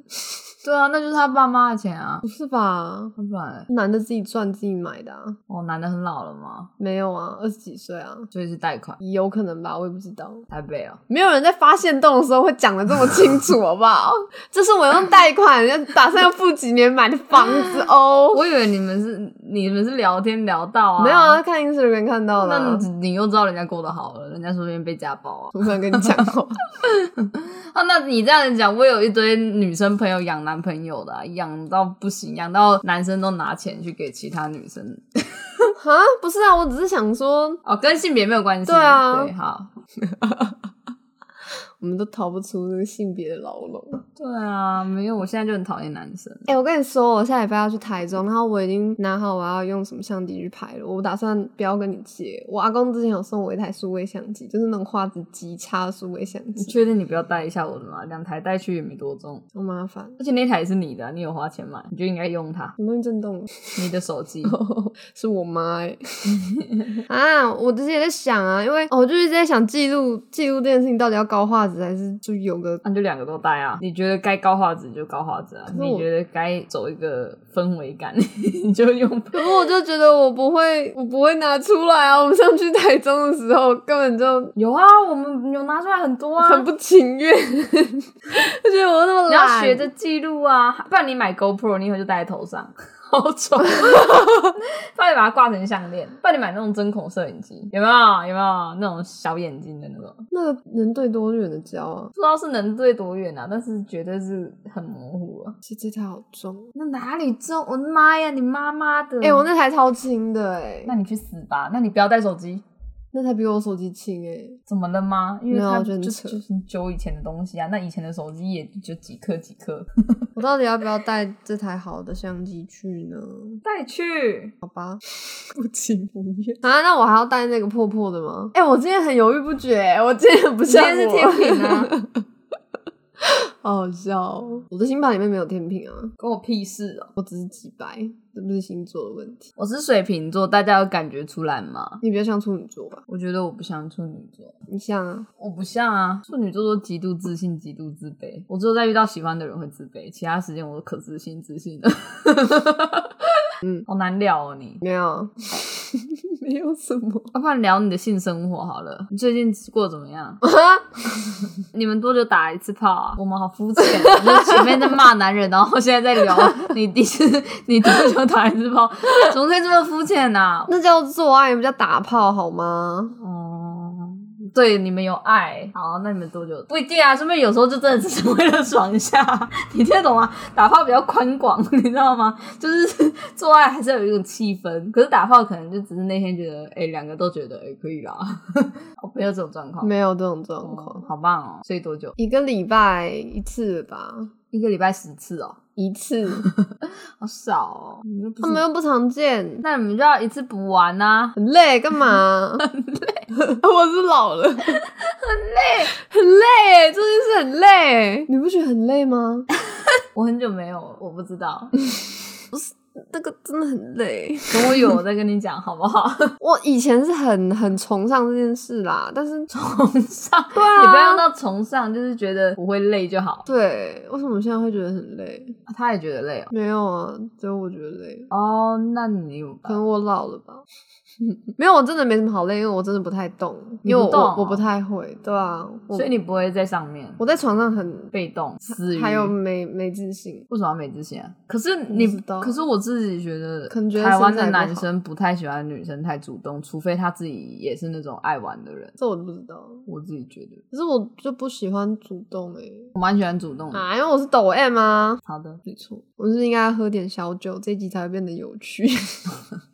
Speaker 1: 对啊，那就是他爸妈的钱啊，
Speaker 2: 不是吧？
Speaker 1: 那不然嘞
Speaker 2: 男的自己赚自己买的啊？
Speaker 1: 哦，男的很老了嘛，
Speaker 2: 没有啊，二十几岁啊，
Speaker 1: 所以是贷款。
Speaker 2: 有可能吧，我也不知道。
Speaker 1: 台北哦，
Speaker 2: 没有人在发现洞的时候会讲的这么清 楚，好不好？这是我用贷款，要打算要付几年买的房子哦。
Speaker 1: 我以为你们是你们是聊天聊到啊，
Speaker 2: 没有啊，，看 Instagram 看到了
Speaker 1: 那
Speaker 2: 啊，
Speaker 1: 你又知道人家过得好了，人家说不定被家暴啊。
Speaker 2: 我不想跟你讲 话。
Speaker 1: 啊，那你这样子讲，我有一堆女生朋友养男朋友的啊、养到不行，养到男生都拿钱去给其他女生，
Speaker 2: 哈，不是啊，我只是想说，
Speaker 1: 哦，跟性别没有关系。
Speaker 2: 对啊
Speaker 1: 对，好，
Speaker 2: 我们都逃不出那个性别的牢笼。
Speaker 1: 对啊，没有，我现在就很讨厌男生。
Speaker 2: 哎、我跟你说，我下礼拜要去台中，然后我已经拿好我要用什么相机去拍了。我打算不要跟你借。我阿公之前有送我一台数位相机，就是那种画质极差的数位相
Speaker 1: 你
Speaker 2: 机，
Speaker 1: 确定你不要带一下我的吗？两台带去也没多重，
Speaker 2: 好麻烦。
Speaker 1: 而且那台也是你的啊、你有花钱买，你就应该用它。
Speaker 2: 什么东西震动了？
Speaker 1: 你的手机
Speaker 2: 是我妈 哎、啊！我之前也在想啊，因为、哦我就一直在想记录记录这件事情到底要高画质还是就有个
Speaker 1: 那你就两个都带啊。你觉得该高画质就高画质啊，
Speaker 2: 是
Speaker 1: 你
Speaker 2: 我
Speaker 1: 觉得该走一个氛围感， 你就用。
Speaker 2: 可是我就觉得我不会，我不会拿出来啊！我们上去台中的时候，根本就
Speaker 1: 有啊，我们有拿出来很多啊。
Speaker 2: 很不情愿，而且我那 么
Speaker 1: 你要
Speaker 2: 懒，
Speaker 1: 学着记录啊，不然你买 GoPro，你以后就戴在头上， 好丑。不然你把它挂成项链，不然你买那种针孔摄影机，有没有？有没有那种小眼睛的那种？
Speaker 2: 那个能对多远的焦啊？
Speaker 1: 不知道是能对多远啊，但是绝对是很模糊啊。
Speaker 2: 其实这台好重，啊
Speaker 1: 那哪里重？我的妈呀，你妈妈的！
Speaker 2: 哎、我那台超轻的哎、
Speaker 1: 那你去死吧！那你不要带手机，
Speaker 2: 那台比我手机轻哎，
Speaker 1: 怎么了吗？因为
Speaker 2: 没有
Speaker 1: 它
Speaker 2: 我
Speaker 1: 就
Speaker 2: 觉得很
Speaker 1: 就
Speaker 2: 扯
Speaker 1: 是很久以前的东西啊，那以前的手机也就几克几克。
Speaker 2: 我到底要不要带这台好的相机去呢？
Speaker 1: 带去，
Speaker 2: 好吧，不情不愿啊，那我还要带那个破破的吗？哎、我今天很犹豫不决、欸我今天很不
Speaker 1: 你今
Speaker 2: 像
Speaker 1: 天是
Speaker 2: 我
Speaker 1: 天平啊，
Speaker 2: 好好笑、哦。我的星盘里面没有天平啊，
Speaker 1: 关我屁事哦！
Speaker 2: 我只是几白，这不是星座的问题。
Speaker 1: 我是水瓶座，大家有感觉出来吗？
Speaker 2: 你比较像处女座吧？
Speaker 1: 我觉得我不像处女座，
Speaker 2: 你像啊？
Speaker 1: 我不像啊。处女座都极度自信、极度自卑，我只有在遇到喜欢的人会自卑，其他时间我都可自
Speaker 2: 啊
Speaker 1: 信、自信的。嗯，好难聊哦你。
Speaker 2: 没有，没有什么。
Speaker 1: 要不然聊你的性生活好了，你最近过得怎么样？ 你们多久打一次炮啊？我们好肤浅啊，就是前面在骂男人，然后现在在聊你第一次你多久打一次炮，怎么可以这么肤浅啊呢？
Speaker 2: 那叫做爱，不叫打炮好吗？
Speaker 1: 哦，对，你们有爱，好，那你们多久？不一定啊，说不定有时候就真的只是为了爽一下，你听得懂吗？ 打炮比较宽广，你知道吗？就是做爱还是要有一种气氛，可是打炮可能就只是那天觉得，哎、两个都觉得，哎、可以啦。 我朋友这种状况，
Speaker 2: 没有这种状况，
Speaker 1: 哦好棒哦！所以多久？
Speaker 2: 一个礼拜一次吧，
Speaker 1: 一个礼拜十次哦，
Speaker 2: 一 次，
Speaker 1: 好少哦。你们
Speaker 2: 他们又不常见，
Speaker 1: 那你们就要一次补完啊呐、
Speaker 2: 很累，干嘛？ 很累，我是老了，很累，很累，这件事很累，你不觉得很累吗？
Speaker 1: 我很久没有，我不知道，
Speaker 2: 那个真的很累。
Speaker 1: 等我有我再跟你讲好不好？
Speaker 2: 我以前是很很崇尚这件事啦，但是
Speaker 1: 崇尚，
Speaker 2: 对啊
Speaker 1: 你不要用到崇尚，就是觉得不会累就好。
Speaker 2: 对，为什么我现在会觉得很累？
Speaker 1: 他也觉得累哦。
Speaker 2: 没有啊，只有我觉得累，
Speaker 1: 哦，那你有
Speaker 2: 可能我老了吧。 没有，我真的没什么好累，因为我真的不太动，因为我
Speaker 1: 你不动哦
Speaker 2: 我我不太会，对啊，我
Speaker 1: 所以你不会在上面
Speaker 2: 我在床上很
Speaker 1: 被动死鱼，
Speaker 2: 还有没没自信，
Speaker 1: 为什么要没自信啊？可是你
Speaker 2: 我不知，道
Speaker 1: 可是我自己觉得，
Speaker 2: 可能觉得
Speaker 1: 台湾的
Speaker 2: 身材不好
Speaker 1: 男生不太喜欢女生太主动，除非他自己也是那种爱玩的人。
Speaker 2: 这我就不知道。
Speaker 1: 我自己觉得，
Speaker 2: 可是我就不喜欢主动哎、
Speaker 1: 我蛮喜欢主动的。
Speaker 2: 啊，因为我是抖 M 啊。
Speaker 1: 好的，
Speaker 2: 没错，我是不是应该喝点小酒，这一集才会变得有 趣。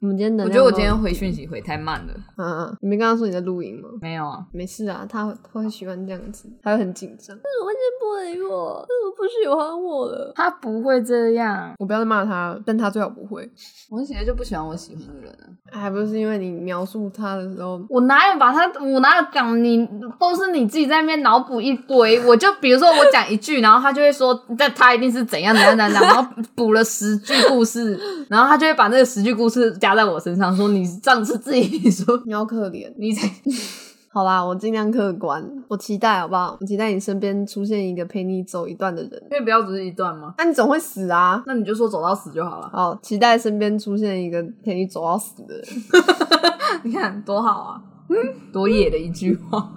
Speaker 2: 我们今天能
Speaker 1: 我觉
Speaker 2: 量
Speaker 1: 得我
Speaker 2: 好
Speaker 1: 今天回讯息回太慢了。
Speaker 2: 啊，你没跟他说你在录音吗？
Speaker 1: 没有啊，
Speaker 2: 没事啊，他会他会喜欢这样子，他会很紧张。
Speaker 1: 不理我，
Speaker 2: 我不喜欢我了，
Speaker 1: 他不会这样。
Speaker 2: 我不要再骂他了，但他最好不会，
Speaker 1: 我其实就不喜欢我喜欢的人啊。
Speaker 2: 还不是因为你描述他的时候，
Speaker 1: 我哪有把他，我哪有讲你，都是你自己在那边脑补一堆。我就比如说我讲一句，然后他就会说， 那他一定是怎样怎样怎样，怎样然后补了十句故事，然后他就会把那个十句故事加在我身上，说你上次自己说
Speaker 2: 你好 可怜。
Speaker 1: 你才
Speaker 2: 好啦，我尽量客观，我期待好不好？我期待你身边出现一个陪你走一段的人。
Speaker 1: 可以不要只是一段吗？
Speaker 2: 那、你总会死啊！
Speaker 1: 那你就说走到死就好了。
Speaker 2: 好，期待身边出现一个陪你走到死的人。
Speaker 1: 你看多好 啊，多野的一句话。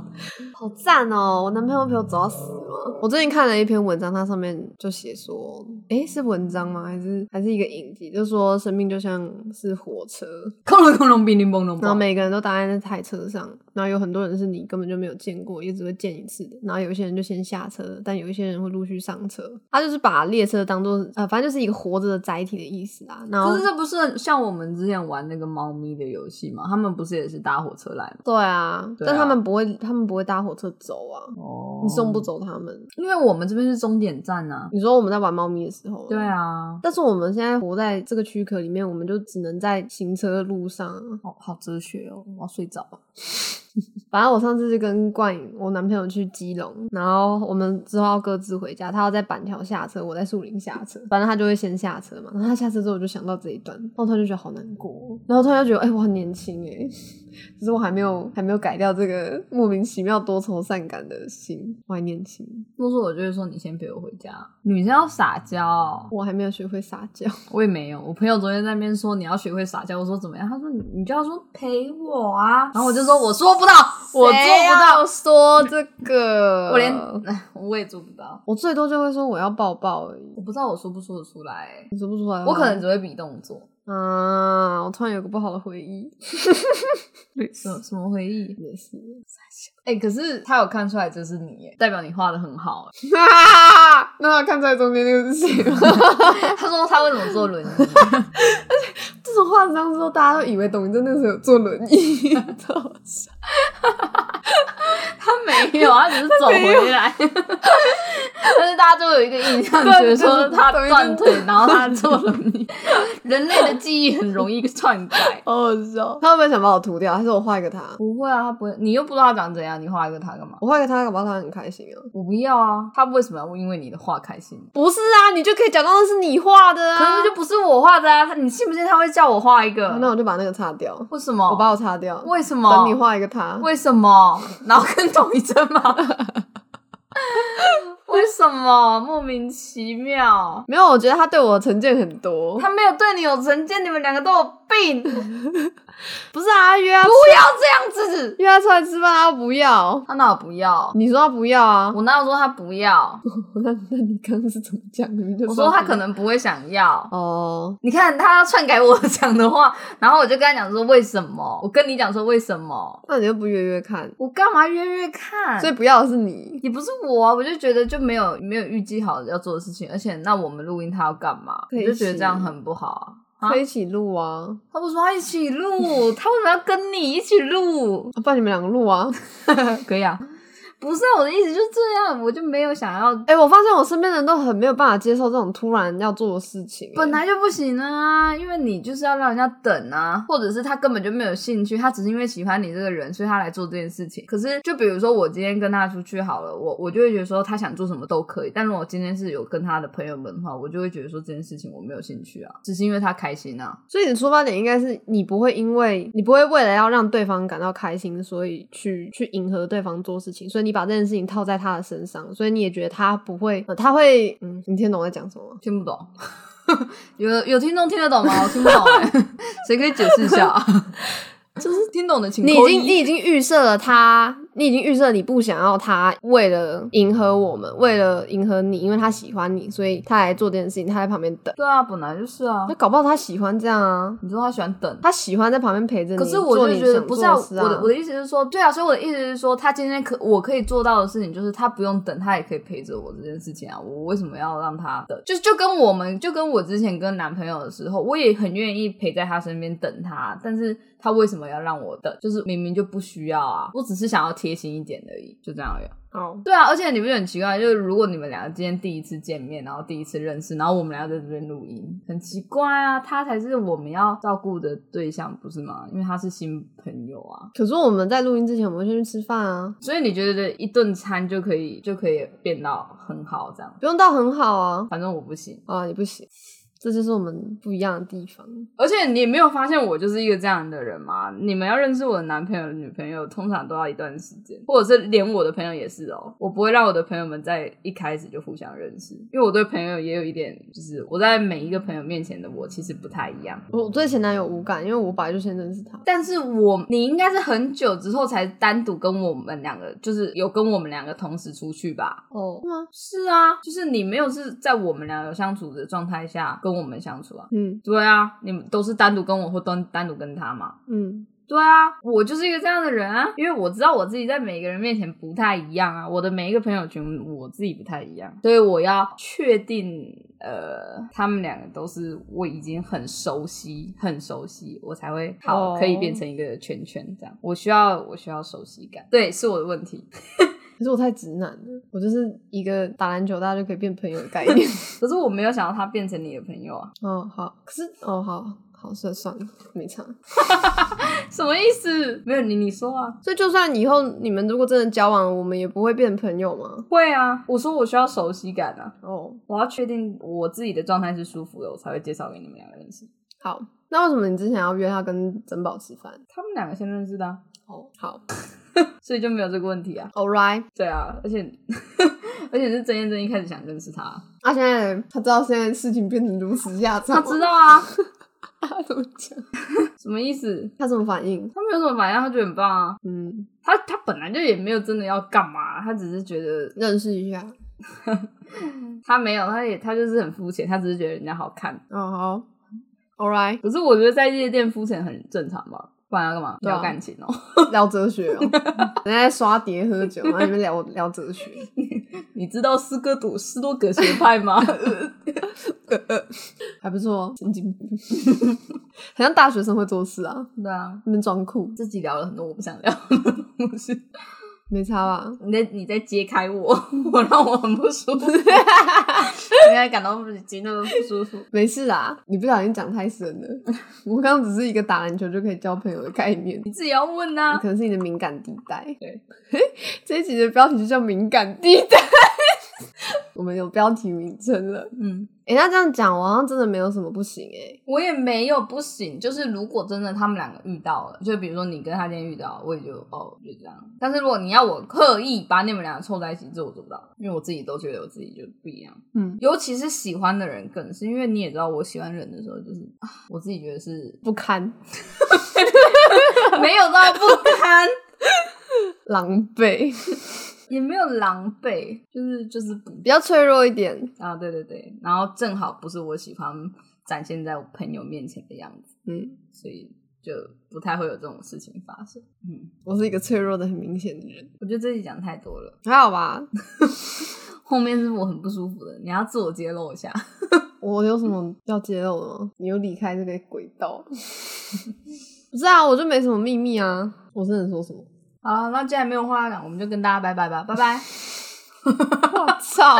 Speaker 2: 好赞哦！我男朋友陪我走到死吗？我最近看了一篇文章，它上面就写说，诶，是文章吗？还是还是一个影集？就说生命就像是火车，
Speaker 1: 空隆空隆，冰冰蹦隆
Speaker 2: 然后
Speaker 1: 蹦。
Speaker 2: 每个人都搭在那台车上，然后有很多人是你根本就没有见过，也只会见一次的。然后有一些人就先下车，但有一些人会陆续上车。他就是把列车当做呃，反正就是一个活着的载体的意思啊。然后
Speaker 1: 可是这不是很像我们之前玩那个猫咪的游戏吗？他们不是也是搭火车来吗？
Speaker 2: 对啊，
Speaker 1: 对啊
Speaker 2: 但他们不会，他们不会搭火车走啊，
Speaker 1: 哦
Speaker 2: 你送不走他们。
Speaker 1: 因为我们这边是终点站啊。
Speaker 2: 你说我们在玩猫咪的时候，
Speaker 1: 对。啊，
Speaker 2: 但是我们现在活在这个躯壳里面，我们就只能在行车的路上啊。
Speaker 1: 好好哲学哦，我要睡着了。
Speaker 2: 反正我上次是跟冠颖，我男朋友去基隆，然后我们之后要各自回家，他要在板桥下车，我在树林下车，反正他就会先下车嘛。然后他下车之后，我就想到这一段，然后突然就觉得好难过哦，然后突然就觉得，哎、我很年轻哎、 只是我还没有还没有改掉这个莫名其妙多愁善感的心，我还年轻，
Speaker 1: 若是我就会说你先陪我回家。女生要撒娇，
Speaker 2: 我还没有学会撒娇。
Speaker 1: 我也没有。我朋友昨天在那边说你要学会撒娇，我说怎么样？他说你你就要说陪我啊，然后我就说我说不到，我做
Speaker 2: 谁啊
Speaker 1: 不到
Speaker 2: 要，说这个，
Speaker 1: 我连哎我也做不到，
Speaker 2: 我最多就会说我要抱抱而已，
Speaker 1: 我不知道我说不说得出来欸、
Speaker 2: 你说不出来吗。
Speaker 1: 我可能只会比动作。
Speaker 2: 啊，我突然有个不好的回忆，
Speaker 1: 什么什么回忆？
Speaker 2: 没事。
Speaker 1: 哎、可是他有看出来这是你耶，代表你画的很好。
Speaker 2: 啊， 那他看出来中间那个是谁吗？
Speaker 1: 他说他为什么坐轮椅？
Speaker 2: 自从化妆之后，大家都以为董宇真那时候有坐轮椅， 超好笑
Speaker 1: 他没有，他只是走回来。 但是大家都有一个印象，觉得说他断腿，然后他坐轮 椅。人类的记忆很容易篡改。
Speaker 2: 好好笑。他会不会想把我涂掉？还是我画一个他？
Speaker 1: 不会啊，他不会，你又不知道他长怎样，你画一个他干嘛？
Speaker 2: 我画一个他，搞不好他很开心啊。
Speaker 1: 我不要啊！他为什么要因为你的画开心？
Speaker 2: 不是啊，你就可以假装那是你画的
Speaker 1: 可是
Speaker 2: 啊。
Speaker 1: 就不是我画的啊！他你信不信他会叫我画一
Speaker 2: 啊
Speaker 1: 个？
Speaker 2: 那我就把那个擦掉，
Speaker 1: 为什么？
Speaker 2: 我把我擦掉，
Speaker 1: 为什么？
Speaker 2: 等你画一个他。
Speaker 1: 为什么？然后跟董一真吗？为什么莫名其妙？
Speaker 2: 没有，我觉得他对我的成见很多。
Speaker 1: 他没有对你有成见，你们两个都有病！ 不
Speaker 2: 不是啊，约他
Speaker 1: 要这样子，
Speaker 2: 约他出来吃饭，他又不要。
Speaker 1: 他哪有不要？
Speaker 2: 你说他不要啊？
Speaker 1: 我哪有说他不 要？
Speaker 2: 那那你刚刚是怎么讲的？你就
Speaker 1: 我说他
Speaker 2: 不
Speaker 1: 可能不会想要。
Speaker 2: 哦，
Speaker 1: 你看他要篡改我讲的话， 然后我就跟他讲说为什么？我跟你讲说为什么？
Speaker 2: 那你就不约约看？
Speaker 1: 我干嘛约约看？
Speaker 2: 所以不要的是你。
Speaker 1: 也不是我、啊，我就觉得就没有没有预计好要做的事情，而且那我们录音他要干嘛？
Speaker 2: 可以
Speaker 1: 我就觉得
Speaker 2: 一起
Speaker 1: 这样很不好啊。啊
Speaker 2: 可以一起录啊，
Speaker 1: 他不说他一起录， 他为什么要跟你一起录？
Speaker 2: 啊不然你们两个录啊。
Speaker 1: 可以啊，不是、啊、我的意思就是这样，我就没有想要，
Speaker 2: 哎、我发现我身边的人都很没有办法接受这种突然要做的事情、欸
Speaker 1: 本来就不行啊，因为你就是要让人家等啊，或者是他根本就没有兴趣，他只是因为喜欢你这个人，所以他来做这件事情。可是就比如说我今天跟他出去好了，我我就会觉得说他想做什么都可以，但如果我今天是有跟他的朋友们的话，我就会觉得说这件事情我没有兴趣啊，只是因为他开心啊。
Speaker 2: 所以你的出发点应该是你不会因为你不会为了要让对方感到开心，所以去去迎合对方做事情，所以你把这件事情套在他的身上，所以你也觉得他不会，呃、他会，嗯，你听懂我在讲什么吗？
Speaker 1: 听不懂。 有有听众听得懂吗？我听不懂、欸，谁可以解释一下、啊？ 就是听懂的情
Speaker 2: 你
Speaker 1: 况，
Speaker 2: 已经你已经预设了他，你已经预设你不想要他为了迎合我们，为了迎合你，因为他喜欢你，所以他来做这件事情，他在旁边等。
Speaker 1: 对啊，本来就是啊
Speaker 2: 那。搞不好他喜欢这样啊，
Speaker 1: 你说他喜欢等，
Speaker 2: 他喜欢在旁边陪着你。
Speaker 1: 可是我
Speaker 2: 做
Speaker 1: 就
Speaker 2: 你
Speaker 1: 觉得
Speaker 2: 想
Speaker 1: 不是
Speaker 2: 做
Speaker 1: 啊，
Speaker 2: 的事啊
Speaker 1: 我的我的意思是说，对啊，所以我的意思是说，他今天可我可以做到的事情就是他不用等，他也可以陪着我这件事情啊，我为什么要让他等？就就跟我们就跟我之前跟男朋友的时候，我也很愿意陪在他身边等他，啊但是他为什么要让我等？就是明明就不需要啊，我只是想要贴心一点而已，就这样而已啊。
Speaker 2: 好，
Speaker 1: 对啊，而且你不觉得很奇怪？就是如果你们两个今天第一次见面，然后第一次认识，然后我们俩在这边录音，很奇怪啊。他才是我们要照顾的对象，不是吗？因为他是新朋友啊。
Speaker 2: 可是我们在录音之前，我们先去吃饭啊，
Speaker 1: 所以你觉得一顿餐就可以就可以变到很好这样？
Speaker 2: 不用到很好啊。
Speaker 1: 反正我不行，
Speaker 2: 啊，你不行，这就是我们不一样的地方。
Speaker 1: 而且你也没有发现我就是一个这样的人吗？你们要认识我的男朋友、女朋友，通常都要一段时间，或者是连我的朋友也是哦。我不会让我的朋友们在一开始就互相认识，因为我对朋友也有一点，就是我在每一个朋友面前的我其实不太一样。
Speaker 2: 我对前男友无感，因为我本来就先认识他。
Speaker 1: 但是我你应该是很久之后才单独跟我们两个，就是有跟我们两个同时出去吧？
Speaker 2: 哦，是吗？
Speaker 1: 是啊，就是你没有是在我们两个相处的状态下跟我们相处啊。
Speaker 2: 嗯
Speaker 1: 对啊，你们都是单独跟我或单单独跟他嘛？
Speaker 2: 嗯，
Speaker 1: 对啊，我就是一个这样的人啊，因为我知道我自己在每个人面前不太一样啊，我的每一个朋友圈我自己不太一样，所以我要确定，呃，他们两个都是我已经很熟悉、很熟悉，我才会好、
Speaker 2: 哦
Speaker 1: 可以变成一个圈圈这样。我需要我需要熟悉感，对，是我的问题。
Speaker 2: 可是我太直男了，我就是一个打篮球大家就可以变朋友的概念。
Speaker 1: 可是我没有想到他变成你的朋友啊，
Speaker 2: 哦，好，可是哦，好好算算了，没差。
Speaker 1: 什么意思？没有你你说啊，
Speaker 2: 所以就算以后你们如果真的交往了，我们也不会变朋友吗？
Speaker 1: 会啊，我说我需要熟悉感啊。
Speaker 2: 哦，
Speaker 1: 我要确定我自己的状态是舒服的，我才会介绍给你们两个认识。
Speaker 2: 好，那为什么你之前要约他跟珍宝吃饭？
Speaker 1: 他们两个先认识的啊、
Speaker 2: 哦，好
Speaker 1: 所以就没有这个问题啊。
Speaker 2: ，All right。
Speaker 1: 对啊，而且 而且是真燕真一开始想认识他，
Speaker 2: 啊，现在他知道现在事情变成如此下场
Speaker 1: 他
Speaker 2: 吗，
Speaker 1: 知道啊，
Speaker 2: 他怎么讲？
Speaker 1: 什么意思？
Speaker 2: 他什么反应？
Speaker 1: 他没有什么反应，他觉得很棒啊。
Speaker 2: 嗯，
Speaker 1: 他他本来就也没有真的要干嘛，啊他只是觉得
Speaker 2: 认识一下。
Speaker 1: 他没有，他也他就是很肤浅，他只是觉得人家好看。
Speaker 2: 哦，好，All right，
Speaker 1: 可是我觉得在夜店肤浅很正常吧，不然要干嘛？
Speaker 2: 对啊
Speaker 1: 聊感情哦、
Speaker 2: 聊哲学哦，人家在刷碟喝酒，然后你们聊聊哲学。
Speaker 1: 你知道斯哥多斯多葛学派 吗？
Speaker 2: 还不错，神经病， 很像大学生会做事啊，
Speaker 1: 对啊，
Speaker 2: 那边装酷，
Speaker 1: 自己聊了很多我不想聊的东西。
Speaker 2: 没差吧？
Speaker 1: 你在你在揭开我， 我让我很不舒 服，应该感到极度不舒服。
Speaker 2: 没事啊，你不小心讲太深了。 我刚刚只是一个打篮球就可以交朋友的概念，
Speaker 1: 你 自己要问啊呐、
Speaker 2: 可能是你的敏感地带。
Speaker 1: 对，
Speaker 2: 这一集的标题就叫敏感地带。 我们有标题名称了。
Speaker 1: 嗯，
Speaker 2: 诶、那这样讲，我好像真的没有什么不行诶、
Speaker 1: 我也没有不行，就是如果真的他们两个遇到了，就比如说你跟他今天遇到，我也就哦就这样。但是如果你要我刻意把你们两个凑在一起，这我做不到，因为我自己都觉得我自己就不一样。
Speaker 2: 嗯，
Speaker 1: 尤其是喜欢的人更是，因为你也知道，我喜欢人的时候，就是啊我自己觉得是
Speaker 2: 不堪，
Speaker 1: 没有到不堪，
Speaker 2: 狼狈，
Speaker 1: 也没有狼狈，就是就是不
Speaker 2: 比较脆弱一点。
Speaker 1: 啊，对对对，然后正好不是我喜欢展现在我朋友面前的样子，
Speaker 2: 嗯，
Speaker 1: 所以就不太会有这种事情发生。嗯，
Speaker 2: 我是一个脆弱的很明显的人，
Speaker 1: 我觉得这集讲太多了，
Speaker 2: 还好吧？
Speaker 1: 后面是我很不舒服的，你要自我揭露一下。
Speaker 2: 我有什么要揭露的吗？你又离开这个轨道， 不是啊，我就没什么秘密啊。我是能说什么？
Speaker 1: 好了，那既然没有话要讲，我们就跟大家拜拜吧，拜拜。
Speaker 2: 我操！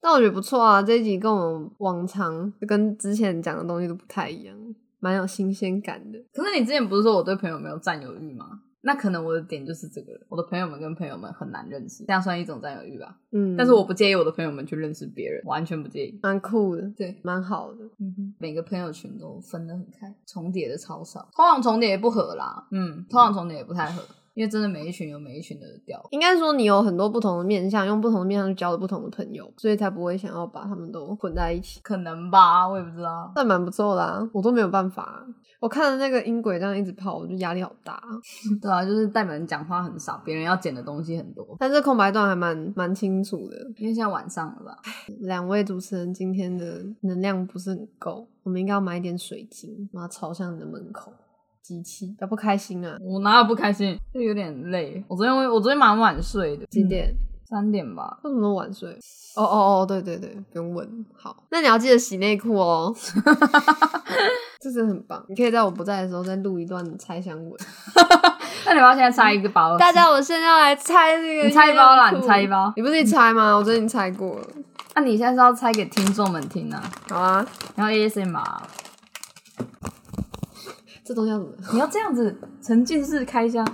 Speaker 2: 但我觉得不错啊，这一集跟我们往常跟之前讲的东西都不太一样，蛮有新鲜感的。
Speaker 1: 可是你之前不是说我对朋友没有占有欲吗？那可能我的点就是这个了，我的朋友们跟朋友们很难认识，这样算一种占有欲吧。
Speaker 2: 嗯，
Speaker 1: 但是我不介意我的朋友们去认识别人，完全不介意。
Speaker 2: 蛮酷的，
Speaker 1: 对，
Speaker 2: 蛮好的。
Speaker 1: 嗯哼，每个朋友群都分得很开，重叠的超少，通常重叠也不合啦。嗯，通常重叠也不太合，因为真的每一群有每一群的调。
Speaker 2: 应该说你有很多不同的面相，用不同的面相去交了不同的朋友，所以才不会想要把他们都混在一起。
Speaker 1: 可能吧，我也不知道。
Speaker 2: 但蛮不错的、啊，我都没有办法、我看着那个音轨这样一直跑，我就压力好大。
Speaker 1: 对啊，就是代表你讲话很少，别人要剪的东西很多。
Speaker 2: 但这空白段还蛮蛮清楚的。
Speaker 1: 因为现在晚上了吧？
Speaker 2: 两位主持人今天的能量不是很够，我们应该要买一点水晶，然后朝向你的门口。机器，要不开心啊？
Speaker 1: 我哪有不开心？就有点累。我昨天我昨天蛮晚睡的，
Speaker 2: 几？点？
Speaker 1: 三点吧。
Speaker 2: 为什么那么晚睡？哦哦哦，对对对，不用问。好，那你要记得洗内裤 哦。这真的很棒，你可以在我不在的时候再录一段猜想文。
Speaker 1: 那你要不要现在拆一个包？
Speaker 2: 嗯大家，我现在要来猜这个，
Speaker 1: 你猜一包啦，你猜一。包。
Speaker 2: 你不是你猜吗？我最近猜过了。
Speaker 1: 那、你现在是要猜给听众们听啊？
Speaker 2: 好啊，
Speaker 1: 然后 ASMR，
Speaker 2: 这东西要怎么？
Speaker 1: 你要这样子沉浸式开箱，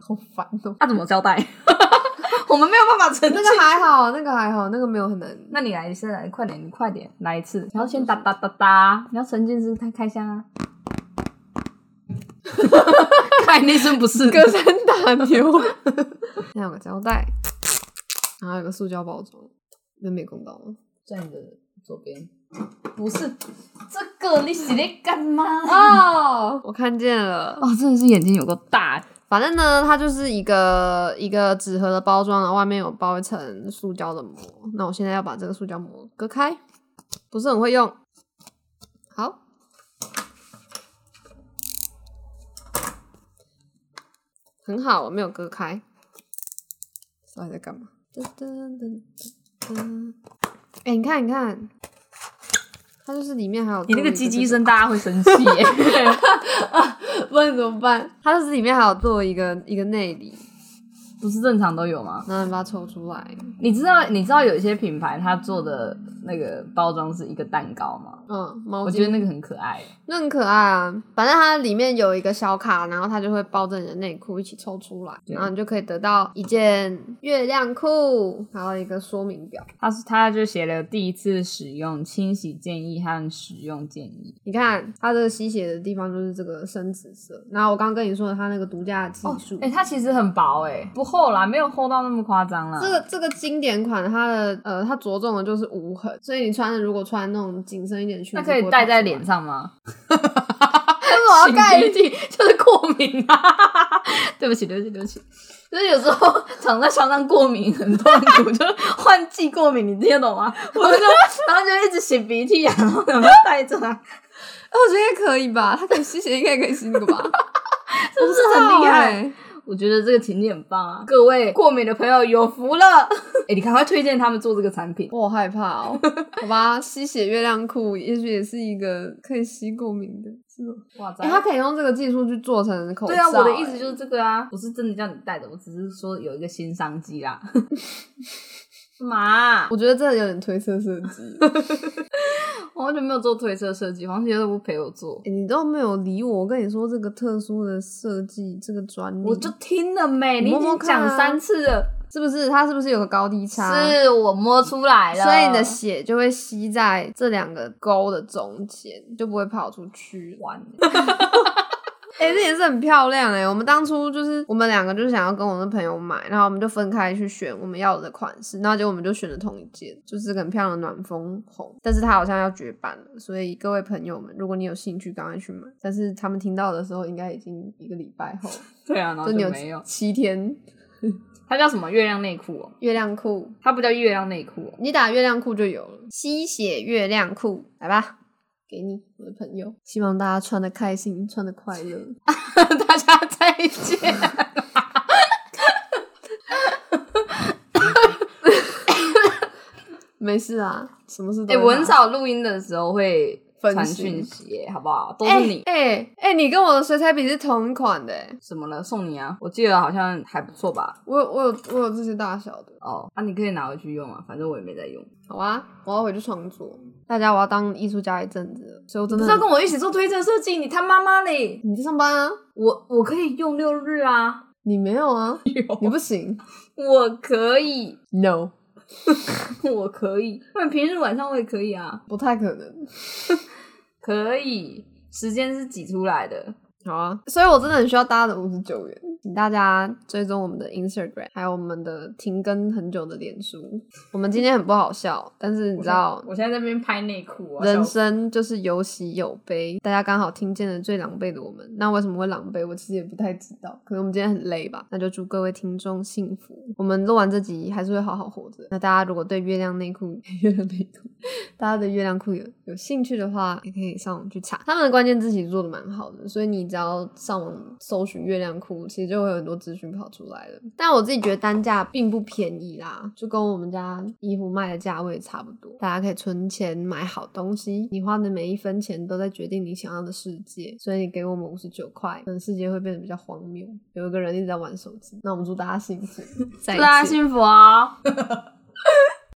Speaker 2: 好烦哦。
Speaker 1: 那、怎么交代？ 我们没有办法沉
Speaker 2: 那个还好，那个还好，那个没有很难。
Speaker 1: 那你来一次，来快点，你快点来一次。你要先哒哒哒哒，你要沉浸式开开箱 啊！看那声不 是
Speaker 2: 隔山打牛。 现在有个胶带，然后有个塑胶包装，那没公道了。
Speaker 1: 在你的左边，不是这个，你是在干嘛？
Speaker 2: 哦，我看见了。
Speaker 1: 哦，真的是眼睛有够大，
Speaker 2: 反正呢，它就是一个一个纸盒的包装，然后外面有包一层塑胶的膜。那我现在要把这个塑胶膜割开，不是很会用。好，很好，我没有割开。到底在干嘛？噔噔噔噔噔。哎、你看，你看，它就是里面还有
Speaker 1: 你那
Speaker 2: 多
Speaker 1: 个
Speaker 2: 一
Speaker 1: 鸡
Speaker 2: 这
Speaker 1: 鸡声，大家会生气 耶。
Speaker 2: 不然怎么办？它就是里面还有做一个一个内里，
Speaker 1: 不是正常都有吗？
Speaker 2: 然后你把它抽出来。
Speaker 1: 你知道你知道有一些品牌它做的那个包装是一个蛋糕吗？
Speaker 2: 嗯，毛巾
Speaker 1: 我觉得那个很可爱。
Speaker 2: 那很可爱啊。反正它里面有一个小卡，然后它就会包着你的内裤一起抽出来，
Speaker 1: 对
Speaker 2: 然后你就可以得到一件月亮裤，还有一个说明表。
Speaker 1: 他是他就写了第一次使用、清洗建议和使用建议。
Speaker 2: 你看它这个吸血的地方就是这个深紫色。然后我刚刚跟你说的它那个独家的技术。
Speaker 1: 哎、它其实很薄哎、不厚啦，没有厚到那么夸张啦。
Speaker 2: 这个这个经典款，它的呃，它着重的就是无痕，所以你穿的如果穿那种紧身一点的裙子，
Speaker 1: 那可以戴在脸上吗？
Speaker 2: 为什么 要盖
Speaker 1: 擤鼻涕就是过敏啊！对不起，对不起，对不起。就是有时候躺在床上过敏很痛苦，就是换季过敏，你听得懂吗？我 就然后就一直擤鼻涕啊，然后然后戴着啊，
Speaker 2: 哎、我觉得应该可以吧，它可以吸血，应该可以吸那个吧，
Speaker 1: 是 不是很厉害？
Speaker 2: 欸？
Speaker 1: 我觉得这个情景很棒啊！各位过敏的朋友有福了！ 哎、你赶快推荐他们做这个产品。
Speaker 2: 我好害怕 哦，好吧，吸血月亮裤也许也是一个可以吸过敏的，是吗？
Speaker 1: 哇塞
Speaker 2: 哎、它可以用这个技术去做成口罩、
Speaker 1: 对啊，我的意
Speaker 2: 哎
Speaker 1: 思就是这个啊，不是真的叫你带的，我只是说有一个新商机 啦。干嘛、
Speaker 2: 我觉得这有点推测设计、
Speaker 1: 我完全没有做推车设计，黄姐都不陪我做，
Speaker 2: 哎你都没有理我。我跟你说，这个特殊的设计，这个专利，
Speaker 1: 我就听了没，你
Speaker 2: 你
Speaker 1: 已
Speaker 2: 摸摸
Speaker 1: 经
Speaker 2: 看啊
Speaker 1: 讲三次了，
Speaker 2: 是不是？它是不是有个高低差？
Speaker 1: 是我摸出来了，
Speaker 2: 所以你的血就会吸在这两个沟的中间，就不会跑出去玩。 哎、欸，这也是很漂亮哎、我们当初就是我们两个就是想要跟我们的朋友买，然后我们就分开去选我们要的款式，然后结果我们就选了同一件，就是很漂亮的暖风红，但是它好像要绝版了，所以各位朋友们，如果你有兴趣，赶快去买。但是他们听到的时候，应该已经一个礼拜后，
Speaker 1: 对啊，然后
Speaker 2: 就你
Speaker 1: 就没有。
Speaker 2: 七天
Speaker 1: 它叫什么月亮内裤哦？
Speaker 2: 月亮裤，
Speaker 1: 它不叫月亮内裤哦。
Speaker 2: 你打月亮裤就有了，吸血月亮裤，来吧。给你，我的朋友，希望大家穿的开心，穿的快乐。
Speaker 1: 大家再见。
Speaker 2: 没事啊，什么事都
Speaker 1: 哎、
Speaker 2: 会
Speaker 1: 我很
Speaker 2: 发
Speaker 1: 少录音的时候会
Speaker 2: 分
Speaker 1: 传
Speaker 2: 心
Speaker 1: 讯息耶，好不好？都是你、
Speaker 2: 哎哎、哎你跟我的水彩笔是同一款的、欸，
Speaker 1: 怎么了？送你啊！我记得好像还不错吧？
Speaker 2: 我有我有我有这些大小的。
Speaker 1: 哦，那、你可以拿回去用啊，反正我也没在用。
Speaker 2: 好啊，我要回去创作。大家，我要当艺术家一阵子了，所以我真
Speaker 1: 不
Speaker 2: 的
Speaker 1: 是要跟我一起做推特设计？你他妈妈嘞！
Speaker 2: 你在上班啊？
Speaker 1: 我我可以用六日啊，
Speaker 2: 你没有啊？你不行
Speaker 1: 我可以，
Speaker 2: ，no，
Speaker 1: 我可以。不然平日晚上我也可以啊，
Speaker 2: 不太可能。
Speaker 1: 可以。时间是挤出来的，
Speaker 2: 好啊，所以我真的很需要大家的五十九元，请大家追踪我们的 Instagram，还有我们的停更很久的脸书。我们今天很不好笑，但是你知道，
Speaker 1: 我现在在那边拍内裤啊，
Speaker 2: 人
Speaker 1: 笑死
Speaker 2: 生就是有喜有悲，大家刚好听见了最狼狈的我们。那为什么会狼狈？我其实也不太知道，可能我们今天很累吧。那就祝各位听众幸福。我们录完这集还是会好好活着。那大家如果对月亮内裤、 月亮内裤、大家对月亮裤有有兴趣的话，也可以上网去查，他们的关键字其实做的蛮好的，所以你只要上网搜寻月亮裤，其实就会有很多资讯跑出来了。但我自己觉得单价并不便宜啦，就跟我们家衣服卖的价位差不多。大家可以存钱买好东西，你花的每一分钱都在决定你想要的世界，所以你给我们五十九块，可能世界会变得比较荒
Speaker 1: 啊
Speaker 2: 谬。有一个人一直在玩手机，那我们祝大家幸福，再
Speaker 1: 祝大家
Speaker 2: 见。
Speaker 1: 幸福哦。